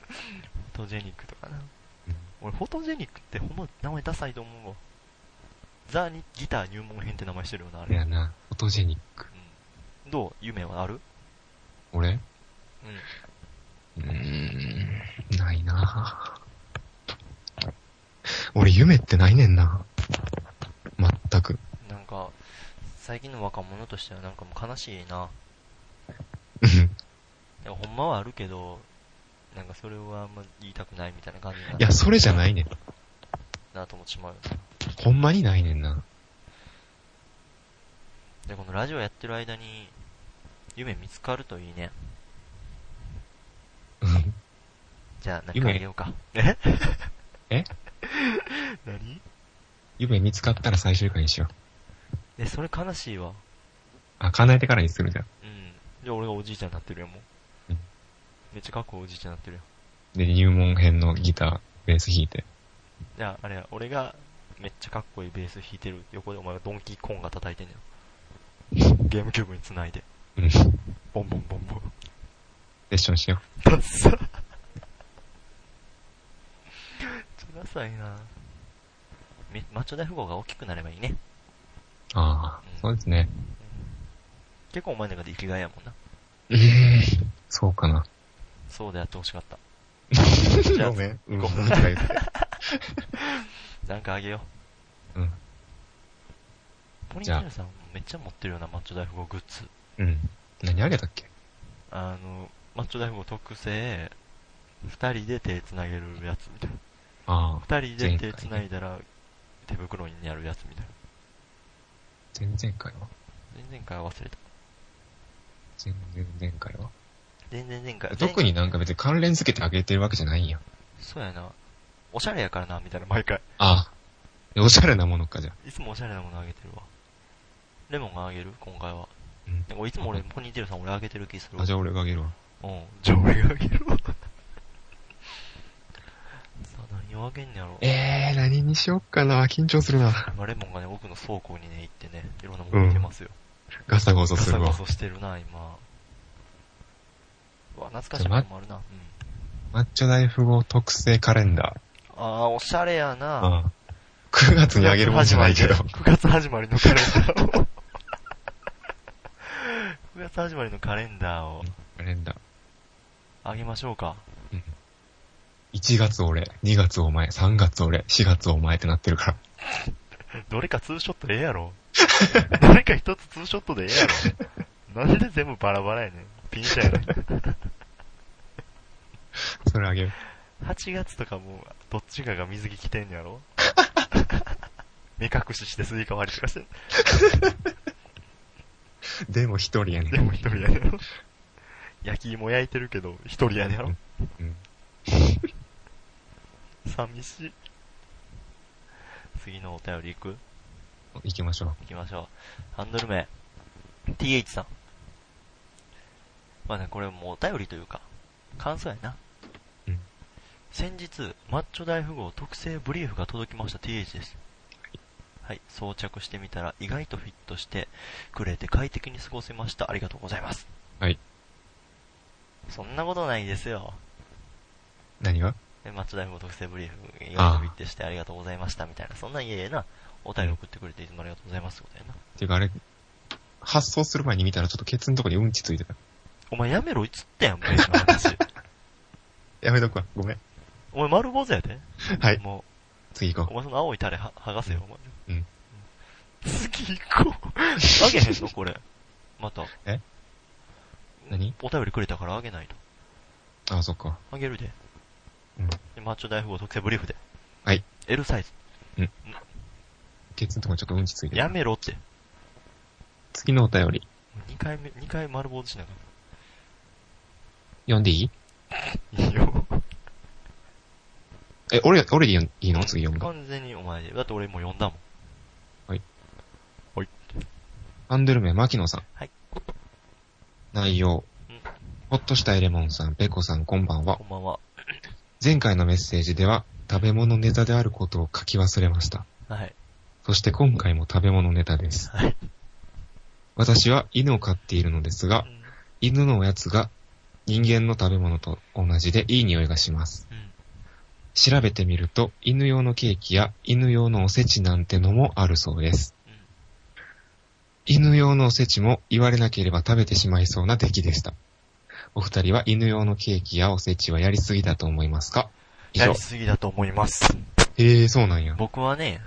A: ォトジェニックとかな。
B: うん
A: 俺、フォトジェニックってほんま名前ダサいと思うわ。ザにギター入門編って名前してるよな、あ
B: あ
A: れ。
B: れやな、フォトジェニック。
A: うんどう夢はある
B: 俺
A: うん。
B: うーん、ないな俺夢ってないねんな。まったく。
A: なんか、最近の若者としてはなんかもう悲しいな。
B: うん
A: いや、ほんまはあるけど、なんかそれはあんま言いたくないみたいな感じになっ
B: いや、それじゃないねん。
A: なと思ってしまうよな。
B: ほんまにないねんな。
A: で、このラジオやってる間に、夢見つかるといいね。
B: うん
A: じゃあ、何か
B: 夢
A: あげようか。え
B: え
A: 何
B: 夢見つかったら最終回にしよう。
A: え、それ悲しいわ。
B: あ、叶えてからにするじゃん。
A: うん。じゃあ俺がおじいちゃんになってるよ、もう
B: うん。
A: めっちゃかっこいいおじいちゃんになってるよ。
B: で、入門編のギター、ベース弾いて。
A: じゃあ、あれや、俺が、めっちゃかっこいいベース弾いてる横でお前がドンキーコーンが叩いてんじゃん。ゲームキューブに繋いで、
B: うん。セ
A: ボンボンボンボン。
B: ッションしよう。
A: ダッサ。ちょ、ダサいなめマッチョ大富豪が大きくなればいいね。
B: ああ、そうですね。
A: 結構お前の中で生きがいやもんな。
B: うーんそうかな。
A: そうでやってほしかった。じゃあ
B: ごめん。うん。なんか言って
A: なんかあげよ
B: うん。
A: う。ポニーテールさんめっちゃ持ってるよな、マッチョ大富豪グッズ。
B: うん。何あげたっけ
A: あの、マッチョ大富豪特製、二人で手繋げるやつみたいな。
B: ああ、
A: 二人で手繋いだら手袋になるやつみたいな。
B: 前々回は
A: 全然回忘れた。
B: 前々前回は
A: 全然前回。
B: 特になんか別に関連付けてあげてるわけじゃないんや。
A: そうやな。おしゃれやからな、みたいな、毎回。
B: ああ。おしゃれなものか、じゃあ。
A: いつもおしゃれなものあげてるわ。レモンがあげる今回は。
B: うん
A: なんかいつも俺、ポニーテールさん俺あげてる気するわ。
B: あ、じゃあ俺があげるわ。
A: うん。じゃあ俺があげるわ。さあ、何をあげんねやろ。
B: えー、何にしよっかな。緊張するな。
A: 今レモンがね、奥の倉庫にね、行ってね、いろんなもの見てますよ。
B: ガサゴソ
A: ガ
B: す
A: サ
B: る
A: ガ
B: わ。
A: サしてるな、今。うわ、懐かしいものもあるな。うん。
B: マッチョ大富豪特製カレンダ
A: あー、おしゃれや
B: ー。
A: な。
B: ああ。9月にあげるもんじゃないけど。
A: 9月始まりのカレンダーを。9月 始まりのカレンダーを
B: カレンダー。
A: あげましょうか。
B: 1月俺、2月お前、3月俺、4月お前ってなってるから。
A: どれかツーショットでええやろ。どれか一つツーショットでええやろ。なんで全部バラバラやねん。ピンチやねん。
B: それあげる。
A: 8月とかもう、どっちかが水着着てんやろ 目隠ししてスイカ割りとかして。
B: でも一人やね
A: でも一人やねん。焼き芋焼いてるけど、一人やねんやろ
B: うん。
A: 寂しい。次のお便り行く
B: 行きましょう。
A: 行きましょう。ハンドル名、TH さん。まあね、これもうお便りというか、感想やな。
B: うん
A: 先日、マッチョ大富豪特製ブリーフが届きました TH です。はい、装着してみたら意外とフィットしてくれて快適に過ごせました。ありがとうございます。
B: はい。
A: そんなことないですよ。
B: 何が
A: でマッチョ大富豪特製ブリーフ、意外とフィットしてありがとうございましたみたいな、そんなん言ええな。お便り送ってくれていつもありがとうございますってことやな。
B: っていうかあれ、発送する前に見たらちょっとケツのとこにうんちついてた。
A: お前やめろ、いつってやん、ベースの話。
B: やめとくわ。ごめん。
A: お前丸坊主やで。
B: はい。
A: も
B: 次行
A: う、
B: こ
A: お前その青いタレは剥がせよ、お前。
B: うん。
A: 次行こう。あげへんのこれ。また。
B: え何
A: お便りくれたからあげないと。
B: う。あ、そっか。
A: あげるで。
B: うん
A: でマッチョ大富豪特製ブリーフで。
B: はい。
A: L サイズ。
B: ケツのとこにちょっとうんちついて
A: や
B: た。
A: めろって。
B: 次のお便り。
A: 2回目、2回丸坊主しなが
B: 読んでいい
A: ら。いいよ。
B: え、俺、俺で読んいいの次読むの。
A: 完全にお前で。だって俺もう読んだもん。
B: ハンドル名、牧野さん。
A: はい。
B: 内容
A: うん。
B: ほっとしたエレモンさん、ペコさん、こんばんは
A: こ。んばんは。
B: 前回のメッセージでは、食べ物ネタであることを書き忘れました。
A: はい。
B: そして今回も食べ物ネタです。
A: はい。
B: 私は犬を飼っているのですが
A: う、ん
B: 犬のおやつが人間の食べ物と同じでいい匂いがします。
A: うん。
B: 調べてみると、犬用のケーキや犬用のおせちなんてのもあるそうです。
A: うん。
B: 犬用のおせちも言われなければ食べてしまいそうな出来でした。お二人は犬用のケーキやおせちはやりすぎだと思いますか以
A: や
B: 上
A: り。すぎだと思います。
B: へえ、そうなんや。
A: 僕はね、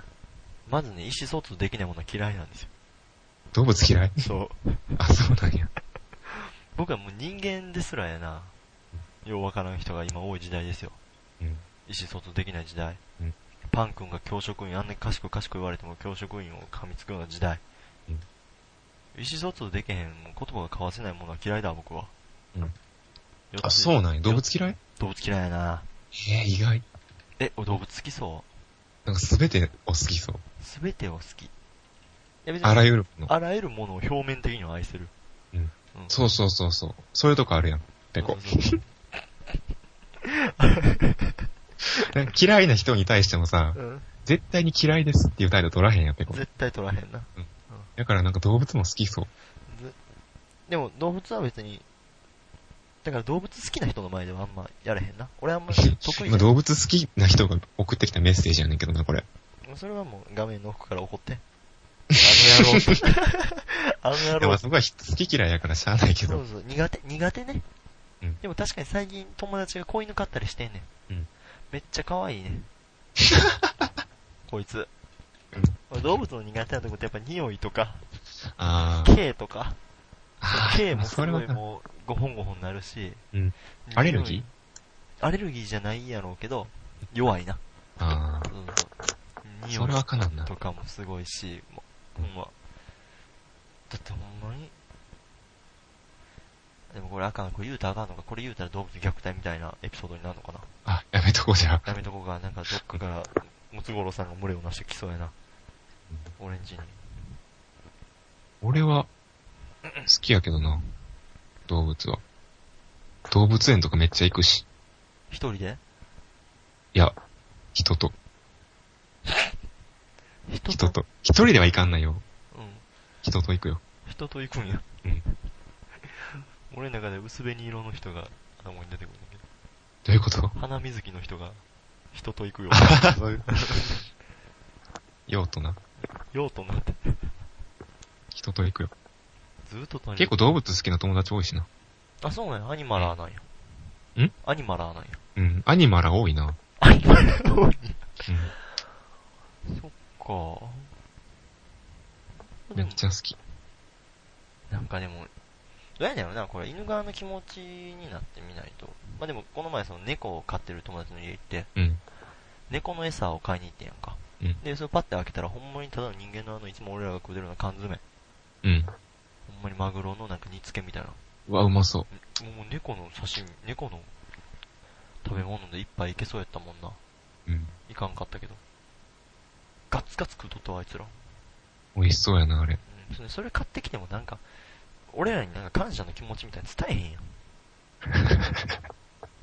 A: まずね、意思疎通できないものは嫌いなんですよ。
B: 動物嫌い
A: そう。
B: あ、そうなんや。
A: 僕はもう人間ですらやな。ようわからん人が今多い時代ですよ。
B: うん。
A: 意思疎通できない時代。
B: うん
A: パン君が教職員、あんなに賢く賢く言われても教職員を噛みつくような時代。
B: うん
A: 意思疎通できへん、言葉が交わせないものは嫌いだ、僕は。
B: うん
A: よっ
B: あ、そうなんや。動
A: よ
B: 物嫌い
A: 動物嫌いやな。
B: ええ、意外。
A: え、お動物好きそう
B: なんかすべてお好きそう。
A: すべてを好き。いや別に
B: あらゆるもの。
A: あらゆるものを表面的には愛せる。
B: うんそうそうそうそう。そういうとこあるやん。ペコ。
A: そうそうそう
B: なんか嫌いな人に対してもさ、
A: うん
B: 絶対に嫌いですっていう態度取らへんやん、ペコ。
A: 絶対取らへんな。
B: だからなんか動物も好きそう。
A: ずでも動物は別に、だから動物好きな人の前ではあんまやれへんな。俺あんま 得意
B: 今
A: な
B: 動物好きな人が送ってきたメッセージやねんけどな、これ。
A: それはもう画面の奥から怒っ て。あの野郎。あの野
B: で
A: 郎。
B: もあそこは好き嫌いやからしゃあないけ
A: そ
B: ど
A: う。そう、苦手、苦手ね。
B: うん
A: でも確かに最近友達が子犬飼ったりしてんねん。
B: うん
A: めっちゃ可愛い ね。こいつ
B: うん。
A: 俺動物の苦手なとこってやっぱ匂いとか、
B: あー。
A: 毛とか。
B: あー
A: K もす
B: それ
A: ご
B: はい
A: もう、ごほんごほんなるし。
B: うんアレルギー
A: アレルギーじゃないやろうけど、弱いな。
B: あ
A: うん
B: ー。
A: 匂
B: それはいかなんな
A: と。かもすごいし、もうほんま。だってほんまに、でもこれあかん、これ言うたらあかんのか、これ言うたら動物虐待みたいなエピソードになるのかな。
B: あ、やめとこうじゃあ。
A: やめとこうか、なんかどっかから、ムツゴロウさんが群れをなしてきそうやな。オレンジに。
B: 俺は、好きやけどな。動物は。動物園とかめっちゃ行くし。
A: 一人で
B: いや、人と、
A: 人
B: 人。と。一人では行かんないよ。
A: うん。
B: 人と行くよ。
A: 人と行くんや
B: うん。
A: 俺の中で薄紅色の人が頭に出てくるんだけど、
B: どういうこと
A: 花水木の人が人と行くよ。
B: 用途な。
A: 用途なんて、
B: 人と行くよ。
A: ずーっと隣
B: 結構動物好きな友達多いしな。
A: あ、そうなんや。アニマラーなんや。
B: ん
A: アニマラーなんや。
B: うん。アニマラ多いな。
A: アニマ ラー多い。
B: う
A: そっか
B: ん。めっちゃ好き。
A: なんかでも、どうやねんやろな、これ、犬側の気持ちになってみないと。まあ、でも、この前、その猫を飼ってる友達の家行って、
B: うん。
A: 猫の餌を買いに行ってんやんか。
B: うん
A: で、それパッて開けたら、ほんまにただの人間のあの、いつも俺らが食うてるような缶詰。
B: うん。
A: ほんまにマグロのなんか煮付けみたいな。
B: うわ、うまそう。
A: もう猫の刺身、猫の食べ物で一杯いけそうやったもんな。
B: うん。
A: いかんかったけど。ガッツガツ食うとったわ、あいつら。
B: 美味しそうやな、あれ。
A: うん、それそれ買ってきてもなんか、俺らになんか感謝の気持ちみたいに伝え へんやん。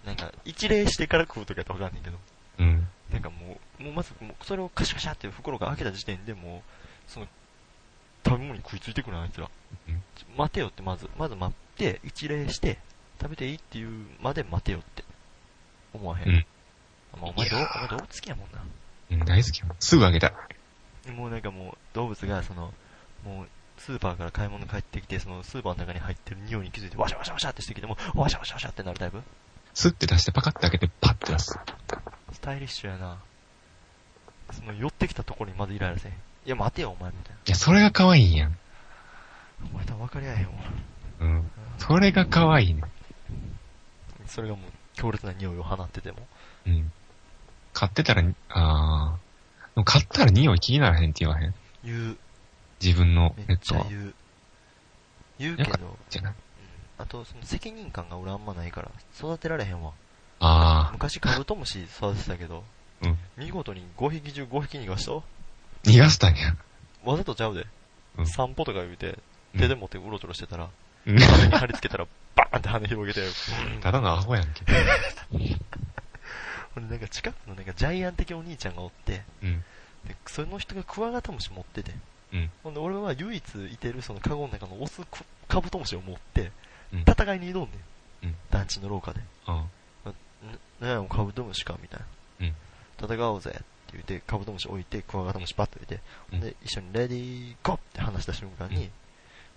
A: なんか、一礼してから食うとかやったらわかんないけど。
B: うん。
A: なんかもう、もうまずもうそれをカシャカシャって袋が開けた時点でもう、その、食べ物に食いついてくるな、あいつら。
B: うん
A: ちょ待てよって、まず、まず待って、一礼して、食べていいっていうまで待てよって。思わへん。
B: うん
A: まあ、お前どう
B: いや
A: お前動物好きやもんな。
B: うん、大好きやもん。すぐあげた。
A: もうなんかもう、動物が、その、もう、スーパーから買い物帰ってきて、そのスーパーの中に入ってる匂いに気づいて、ワシャワシャワシャってしてきて、もう、ワシャワシャワシャってなるタイプ
B: スって出してパカって開けてパッて出す。
A: スタイリッシュやな。その、寄ってきたところにまずイライラせん。いや、待てよ、お前、みたい
B: いや、それが可愛いんやん。
A: な。お前とは分かり合えへんわ。
B: うん。それが可愛いね。
A: それがもう、強烈な匂いを放ってても。
B: うん。買ってたら、あー。でも買ったら匂い気にならへんって言わへん。
A: 言う。
B: 自分の
A: め
B: ペ
A: っ
B: ッ
A: ち
B: ト
A: ゃ
B: は。
A: 言う。言うけ
B: なん
A: ど、
B: じゃない。
A: あと、その、責任感が俺あんまないから、育てられへんわ。
B: あ
A: 昔カブトムシ育ててたけど、
B: ー。うん。
A: 見事に5匹中5匹逃がしたわ
B: 逃がしたんや。
A: わざとちゃうで。
B: うん
A: 散歩とか言うて、
B: うん
A: 手で持ってうろちょろしてたら、
B: うん
A: 壁に貼り付けたら、バーンって羽広げて、
B: ただのアホやんけ。
A: ほんでなんか近くのなんかジャイアン的お兄ちゃんがおって、
B: うん。
A: で、その人がクワガタムシ持ってて、
B: うん
A: ほんで俺は唯一いてるそのカゴの中のオスクカブトムシを持って、
B: うん
A: 戦いに挑んでん、
B: うん
A: 団地の廊下で。
B: あ
A: な、なんやカブトムシかみたいな。
B: うん
A: 戦おうぜって言って、カブトムシ置いて、クワガタムシバッと置いて、ほんで、一緒にレディーゴーって話した瞬間に、
B: うん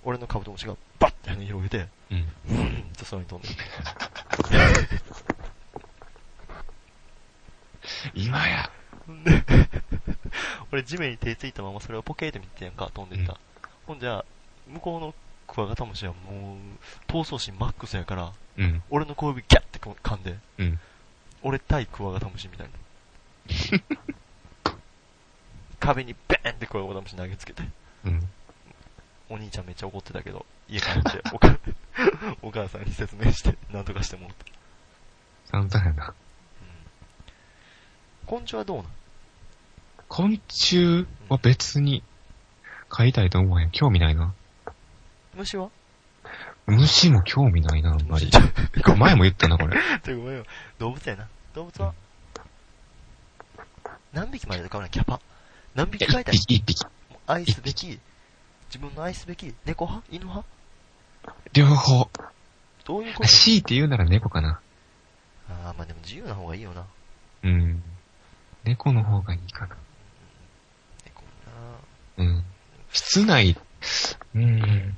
A: 俺のカブトムシがバッて羽広げて、
B: ー。うん。
A: うんと空に飛んでる。
B: 今や。
A: ほんで、 俺地面に手ついたままそれをポケーって見てたやんか、飛んでった。
B: うん
A: ほんじゃ、向こうのクワガタムシはもう、闘争心マックスやから、
B: うん。
A: 俺の小指ギャッて噛んで、
B: うん。
A: 俺対クワガタムシ みたいな。壁にベーンってクワガタムシ投げつけて、
B: うん。
A: お兄ちゃんめっちゃ怒ってたけど、家帰って、おかお母さんに説明して、なんとかしてもらった。
B: 散々やな。
A: 昆虫はどうなん
B: 昆虫は別に飼いたいと思わへん。興味ないな。
A: 虫は
B: 虫も興味ないな、あんまり。
A: 虫
B: 前も言ったな、これ。
A: ってごめんよ。動物やな。動物は、何匹まで買うのキャパ。何匹飼いたい
B: 一匹、一匹。
A: もう愛すべき、自分の愛すべき、猫派犬派
B: 両方。
A: どういうこと
B: 強いて言うなら猫かな。
A: ああ、まあでも自由な方がいいよな。
B: うん。猫の方がいいかな。
A: 猫もな
B: うん。室内、うん。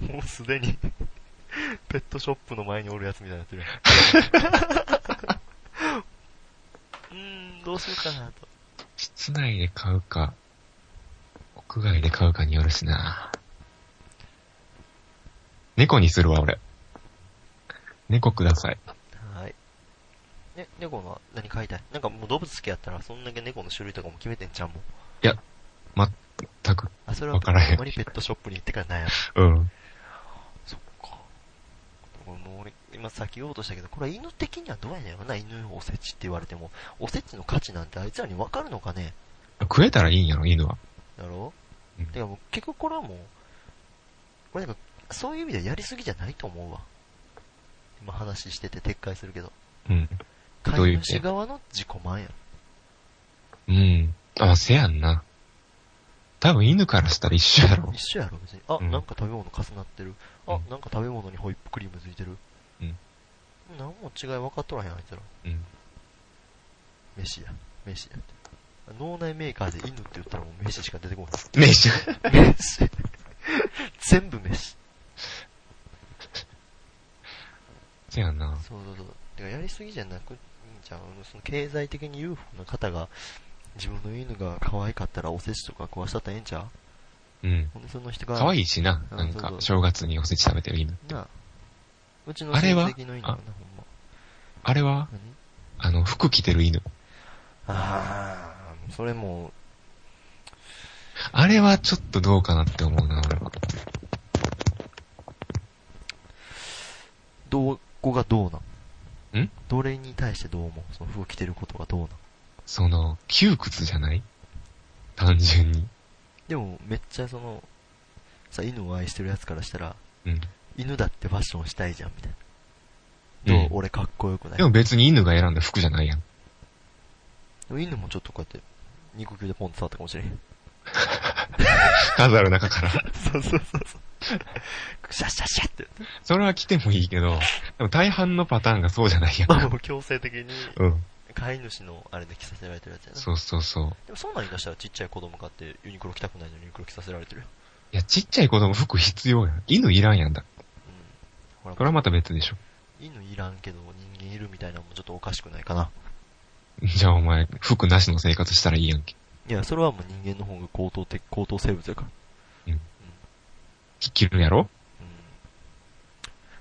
A: もうすでに、 ペットショップの前におるやつみたいになってるやん。うーん、どうするかなと。
B: 室内で飼うか、屋外で飼うかによるしな。猫にするわ、俺。猫ください。
A: はい。ね、猫の何飼いたいなんかもう動物好きやったら、そんだけ猫の種類とかも決めてんちゃうもん。
B: たく、
A: あ、それは
B: わからへん
A: ほんまにペットショップに行ってから悩む。
B: うん。
A: そっか。これもう俺、今さっき言おうとしたけど、これは犬的にはどうやねんよな、犬おせちって言われても。おせちの価値なんてあいつらにわかるのかね
B: 食えたらいいんやろ、犬は。
A: だろ
B: うん
A: てかもう結局これはもう、これなんか、そういう意味ではやりすぎじゃないと思うわ。今話してて撤回するけど。
B: うん。
A: 飼
B: どういう
A: い
B: 意味
A: 主側の自己満やん。
B: うん。あ、せやんな。多分犬からしたら一緒やろ。
A: 一緒やろ、別に。あ、
B: うん
A: なんか食べ物重なってる。あ、
B: うん
A: なんか食べ物にホイップクリームついてる。
B: うん。
A: 何も違い分かっとらへん、あいつら。
B: うん。
A: 飯や、飯やって。脳内メーカーで犬って言ったらもう飯しか出てこな
B: ね一緒。
A: い。飯全部飯。
B: せやんな。
A: そうそうそう。てかやりすぎじゃなく、じゃん、その経済的に裕福な方が、自分の犬が可愛かったらおせちとか食わしちゃったらええんちゃう
B: うん。
A: ほんで、その人が、
B: 可愛いしな。
A: うん
B: なん
A: そう
B: か
A: そ、う
B: 正月におせち食べてる犬って。
A: なあうちの
B: あれ
A: 親
B: は
A: 戚の犬かな、ほんま。
B: あれは、
A: 何
B: あの、服着てる犬。
A: ああ、それも、
B: あれはちょっとどうかなって思うな、俺は。
A: どうこがどうなん
B: ん
A: どれに対してどう思うその服着てることがどうなん
B: その、窮屈じゃない単純に。
A: でも、めっちゃその、さ、犬を愛してるやつからしたら、
B: うん。
A: 犬だってファッションしたいじゃん、みたいな。どう、
B: うん
A: 俺かっこよくない
B: でも別に犬が選んだ服じゃ ないやん。
A: でも犬もちょっとこうやって、肉球でポンって触ったかもしれへん。
B: 数ある中から。
A: そうそうそうそう。シャッシャッシャッって。
B: それは着てもいいけど、でも大半のパターンがそうじゃないやん。
A: まあもう強制的に、
B: うん。
A: 飼い主のあれで着させられてるやつやな。
B: そうそうそう。
A: でもそんなん言い出したらちっちゃい子供買ってユニクロ着たくないのにユニクロ着させられてるよ。
B: いや、ちっちゃい子供服必要やん。犬いらんやんだ。
A: うん。
B: これはまた別でしょ。
A: 犬いらんけど人間いるみたいなのもちょっとおかしくないかな。
B: じゃあお前、服なしの生活したらいいやんけ。
A: いや、それはもう人間の方が高等的、高等生物やから。
B: 着るやろ
A: うん。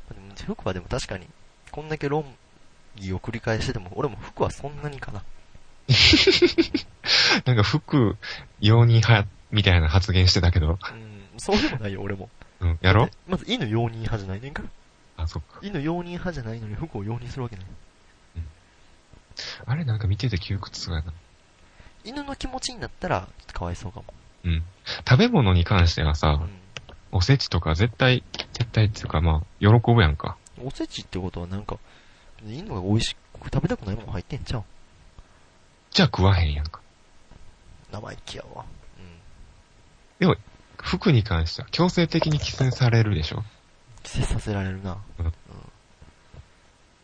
A: まあでも服はでも確かに、こんだけ論議を繰り返してても、俺も服はそんなにかな。
B: なんか服、容認派、みたいな発言してたけど。
A: うん、そうでもないよ、俺も。
B: うん、やろ
A: まず犬容認派じゃないねんから。
B: あ、そっか。
A: 犬容認派じゃないのに服を容認するわけない。
B: あれなんか見てて窮屈そうやな。
A: 犬の気持ちになったら、ちょっとかわいそうかも。
B: うん。食べ物に関しては
A: う
B: さ、
A: ん。
B: おせちとか絶対、絶対っていうかまあ、喜ぶやんか。
A: おせちってことはなんか、犬が美味しく食べたくないもの入ってんちゃう
B: じゃあ食わへんやんか。
A: 生意気やわ。うん。
B: 服に関しては強制的に規制されるでしょ
A: 着せさせられるな。
B: うん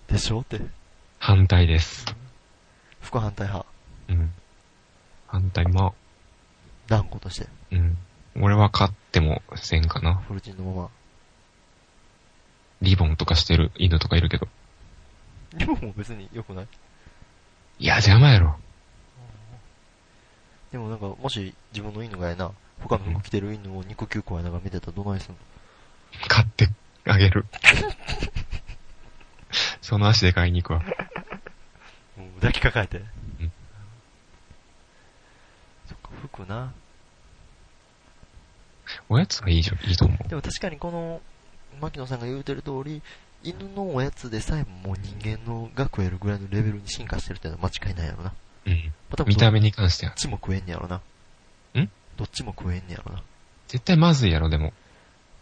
A: でしょって。
B: 反対です。
A: 副反対派。
B: うん。反対、まあ、
A: 断固として。
B: うん。俺は買ってもせんかな。
A: フルチンのまま。
B: リボンとかしてる犬とかいるけど。
A: リボンも別に良くない
B: いや、邪魔やろ。
A: でもなんか、もし自分の犬がやな、他の服着てる犬を肉球個やながら見てたらどないすんの
B: 買ってあげる。 その足で買いに行くわ。
A: もう抱きかかえて。
B: ん
A: そっか、服な。
B: おやつはいいじゃん、いいと思う。
A: でも確かにこの、牧野さんが言うてる通り、犬のおやつでさえももう人間のが食えるぐらいのレベルに進化してるっていうのは間違いないやろな。ま
B: うん。
A: あ多分
B: 見た目に関しては
A: どっ。ちも食えんねやろな。
B: ん
A: どっちも食えんねやろな。
B: 絶対まずいやろ、でも。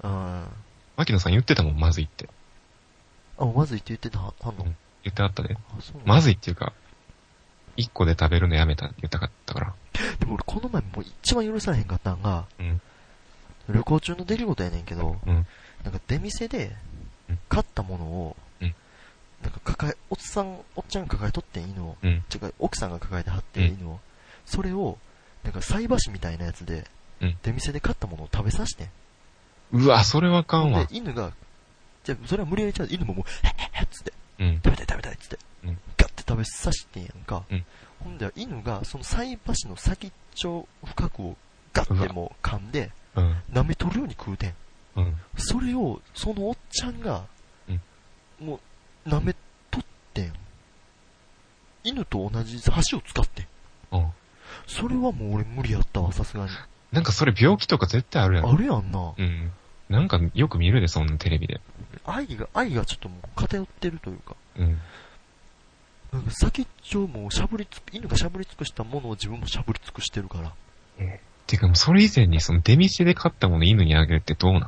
A: あ
B: 牧野さん言ってたもん、まずいって。
A: あ、まずいって言ってた、はんの、
B: うん言ってあったで。
A: あ、そう
B: まず
A: い。
B: いっていうか、一個で食べるのやめた、言ったかったから。
A: でも俺この前もう一番許されへんかったんが、
B: うん。
A: 旅行中の出来事やねんけど、
B: うん。
A: なんか出店で
B: うん、
A: 買ったものを、
B: うん
A: なんか抱え、おっさん、おっちゃんが抱えとってん犬を、
B: うん。
A: てか奥さんが抱えてはってん犬を、それを、なんか菜箸みたいなやつで、
B: うん
A: 出店で買ったものを食べさせてん。
B: うわ、それはあかんわ
A: で、。犬が、じゃあそれは無理やりちゃう。犬ももう、へっへっへっつって、
B: うん。
A: 食べたい食べたいっつって、
B: うん
A: ガッて食べさしてんやんか、
B: うん
A: ほんで犬がその菜箸の先っちょ深くをガッてもう噛んで
B: うん。
A: 舐めとるように食うてん
B: うん。
A: それをそのおっちゃんが、
B: うん
A: もう舐めとってん犬と同じ箸を使ってん
B: うん。
A: それはもう俺無理やったわさすがに
B: なんかそれ病気とか絶対あるやろ。
A: あるやんな
B: うん。なんかよく見るで、そんなテレビで。
A: 愛が愛がちょっともう偏ってるというか
B: うん。
A: なんか先っちょもうしゃぶりつく犬がしゃぶり尽くしたものを自分もしゃぶり尽くしてるから
B: てかもうそれ以前にその出店で買ったもの犬にあげるってどうなん
A: い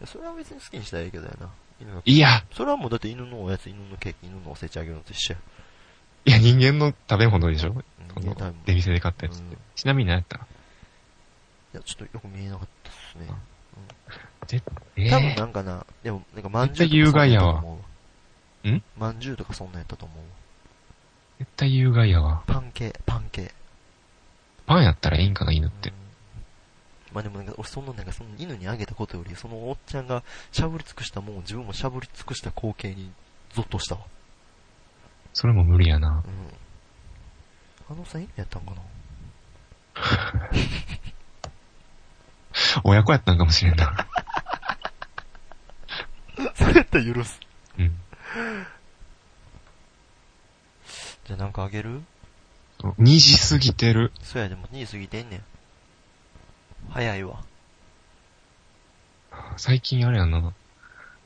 A: やそれは別に好きにしたらいいけどやな。犬が
B: いや、
A: それはもうだって犬のおやつ、犬のケーキ、犬のおせちあげるのと一緒や。
B: いや人間の食べ物でしょそ
A: うん
B: の
A: いや
B: 出店で買ったやつ
A: う
B: っ
A: んい
B: て。ちなみに何やったら
A: や、ちょっとよく見えなかったっすね。
B: え
A: 多分なんかな、でも、なんかまんじゅう
B: 絶対有
A: とかそんな
B: 害
A: や
B: や
A: った
B: わ
A: と思うわ。
B: ん
A: まんじゅうとかそんなんやったと思うわ。
B: 絶対有害やわ。
A: パン系、パン系。うん
B: パンやったらええんかな、犬って。
A: まあでもなんか、俺そんななんか、その犬にあげたことより、そのおっちゃんがしゃぶり尽くしたもんを自分もしゃぶり尽くした光景にゾッとしたわ。
B: それも無理やな。
A: うん。あのさ、犬やったんかな
B: 終親子やったんかもしれん な。
A: それやったら許す。
B: うん。
A: じゃあなんかあげる
B: 2時過ぎてる。
A: そうや、でも2位過ぎてんねん。早いわ。
B: 最近あれやな。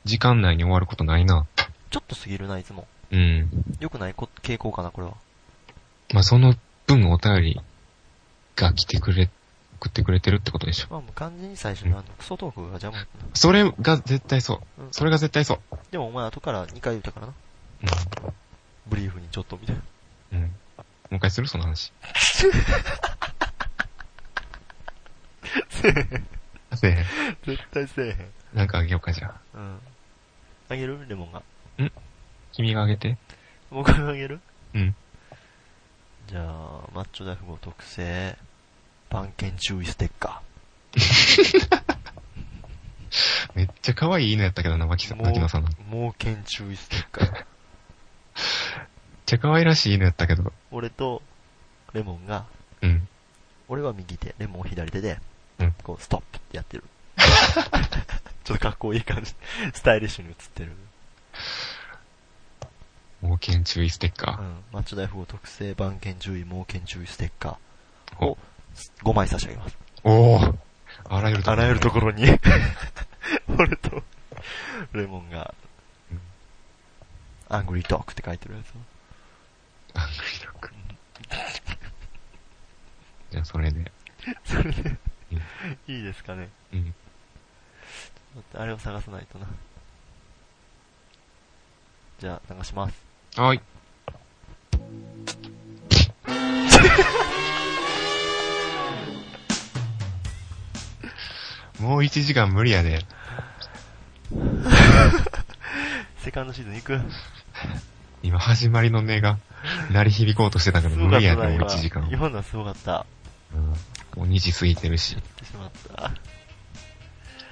B: 時間内に終わることないな。
A: ちょっと過ぎるな、いつも。
B: うん。
A: 良くないこ傾向かな、これは。
B: まあ、その分お便りが来てくれ、送ってくれてるってことでしょ。
A: まあもう完全に最初のあの、クソトークが邪魔。
B: それが絶対そう。
A: うん
B: それが絶対そう。
A: でもお前後から2回言ったからな。ブリーフにちょっとみたいな。
B: うん。もう一回するその 話。せえへん
A: 絶対せえへん。
B: なんかあげようか、じゃあ。
A: うん。あげるレモンが。
B: 君があげて。
A: 僕があげる
B: うん。
A: じゃあ、マッチョ大富豪特製、番犬注意ステッカ
B: めっちゃ可愛い犬やったけどな、牧さん、
A: もう
B: 牧野さんの。めっ
A: ー。猛犬注意ステッカー。
B: ちゃ可愛らしい犬やったけど。
A: 俺と、レモンが、
B: うん。
A: 俺は右手、レモン左手で、
B: うん
A: こう、ストップってやってる。 ちょっとかっこいい感じ。スタイリッシュに映ってる。
B: 冒険注意ステッ
A: う
B: カ
A: ん。マッチョ大富豪特製番犬注意、猛犬注意ステッカー
B: ほ
A: を5枚差し上げます。
B: ー。おおあらゆるとこ
A: あ
B: ろ。
A: らゆるところに、俺と、レモンが
B: うん、
A: アングリートークって書いてるやつを。
B: アングリロック。じゃあ、それで。
A: それで、いいですかね。
B: うん。
A: 待ってあれを探さないとな。じゃあ、流します。
B: はい。 もう1時間無理やで。
A: セカンドシーズン行く
B: 今、始まりの音が鳴り響こうとしてたけど、
A: すご
B: 無
A: かっ
B: 理や
A: た
B: で、
A: な、
B: もう
A: 今
B: 1時間。。
A: 今のはすごかった。
B: うんもう2時過ぎてるし。
A: やってしまった。ど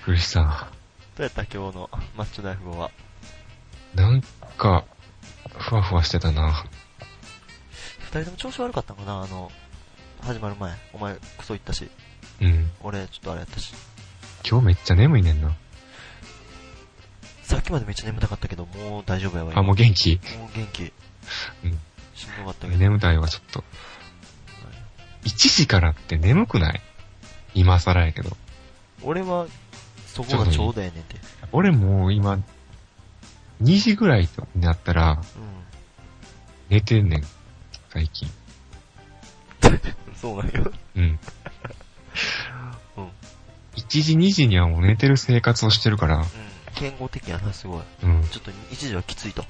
B: 苦しさ。
A: うやった今日のマッチョ大富豪は。
B: なんか、ふわふわしてたな。
A: 二人とも調子悪かったのかなあの、始まる前。お前、クソ言ったし。
B: うん。
A: 俺、ちょっとあれやったし。
B: 今日めっちゃ眠いねんな。
A: さっきまでめっちゃ眠たかったけど、もう大丈夫やわ、今
B: あ、もう元気。
A: もう元気。
B: うん。
A: しんどかったけど。
B: 眠たいわ、ちょっと。1時からって眠くない今更やけど。
A: 俺は、そこがちょうどええねんて。
B: 俺もう今、2時ぐらいになったら
A: う
B: 寝てんねん、最近。
A: ん。そうなんよ。
B: うん。
A: うん。
B: 1時、2時にはもう寝てる生活をしてるから、
A: うん。健康的やな、すごい。
B: うん。
A: ちょっと一時はきついと。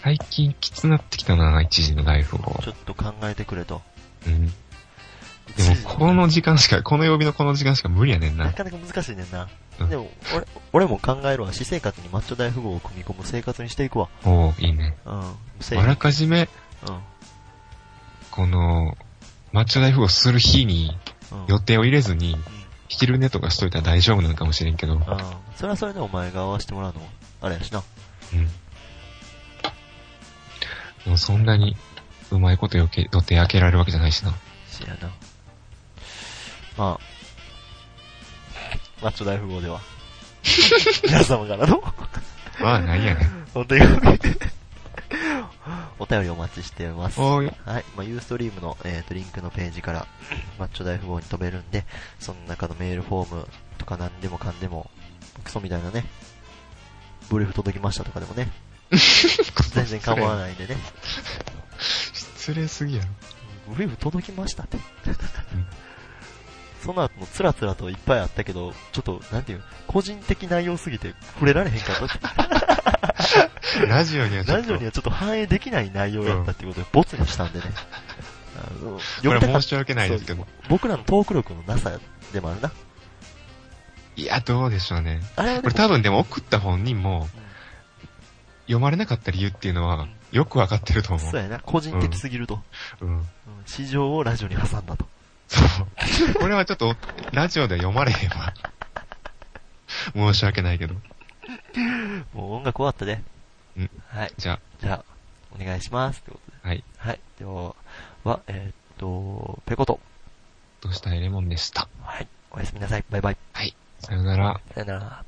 B: 最近きつなってきたな、1時のライフを。
A: ちょっと考えてくれと。
B: うん。でも、この時間しか、この曜日のこの時間しか無理やねん
A: な
B: な。
A: かなか難しいねんな。
B: うん
A: でも、俺、俺も考えるわ。私生活にマッチョ大富豪を組み込む生活にしていくわ。
B: おー、いいね。
A: うん。せい
B: あらかじめ、
A: う
B: この、マッチョ大富豪する日に
A: ん。うん。
B: 予定を入れずに、
A: うん。
B: 昼寝とかしといたら大丈夫なのかもしれんけど、うん。
A: ああ。それはそれでお前が合わせてもらうのも、あれやしな。
B: でもそんなに、うまいことよけ、予定開けられるわけじゃないしな。
A: せやな。まあ、マッチョ大富豪では。皆様からの
B: まあ、ないやねん。
A: お手紙。お便りお待ちしています。は
B: おーよ。
A: い。まあ、ユーストリームの、えーと、リンクのページから、マッチョ大富豪に飛べるんで、その中のメールフォームとか何でもかんでも、クソみたいなね、ブリーフ届きましたとかでもね、全然構わ
B: い。
A: ないんでね。
B: 失礼すぎやろ。
A: ウェブ届きましたって。その後もつらつらといっぱいあったけど、ちょっと、なんていう、個人的内容すぎて触れられへん かったって。
B: ラジオにはちょっ
A: ラ
B: と、
A: ジオに
B: こ
A: はちょっと反映できない内容やったっていうことで、ボツにしたんでね。あの
B: れ
A: 読みたか
B: は
A: っ
B: 申し訳ないですけど。
A: 僕らのトーク力のなさでもあるな。
B: いや、どうでしょうね。
A: あれは
B: こ
A: で
B: れ
A: も、
B: 多分でも送った本人も
A: うん、
B: 読まれなかった理由っていうの
A: う
B: は
A: ん、
B: よくわかってると思
A: そう
B: う。
A: やな、個人的すぎると。
B: うん。
A: うん市場をラジオに挟んだと。
B: そう。これはちょっと、ラジオでは読まれへんわ。申し訳ないけど。
A: もう音楽終わったで。
B: うん
A: はい。
B: じゃあ、
A: じゃあ、お願いします。ってことで。
B: はい。
A: はい。では、はえーっと、ペコと。
B: どうしたいレモンでした。
A: はい。おやすみなさい。バイバイ。
B: はい。さよなら。
A: さよなら。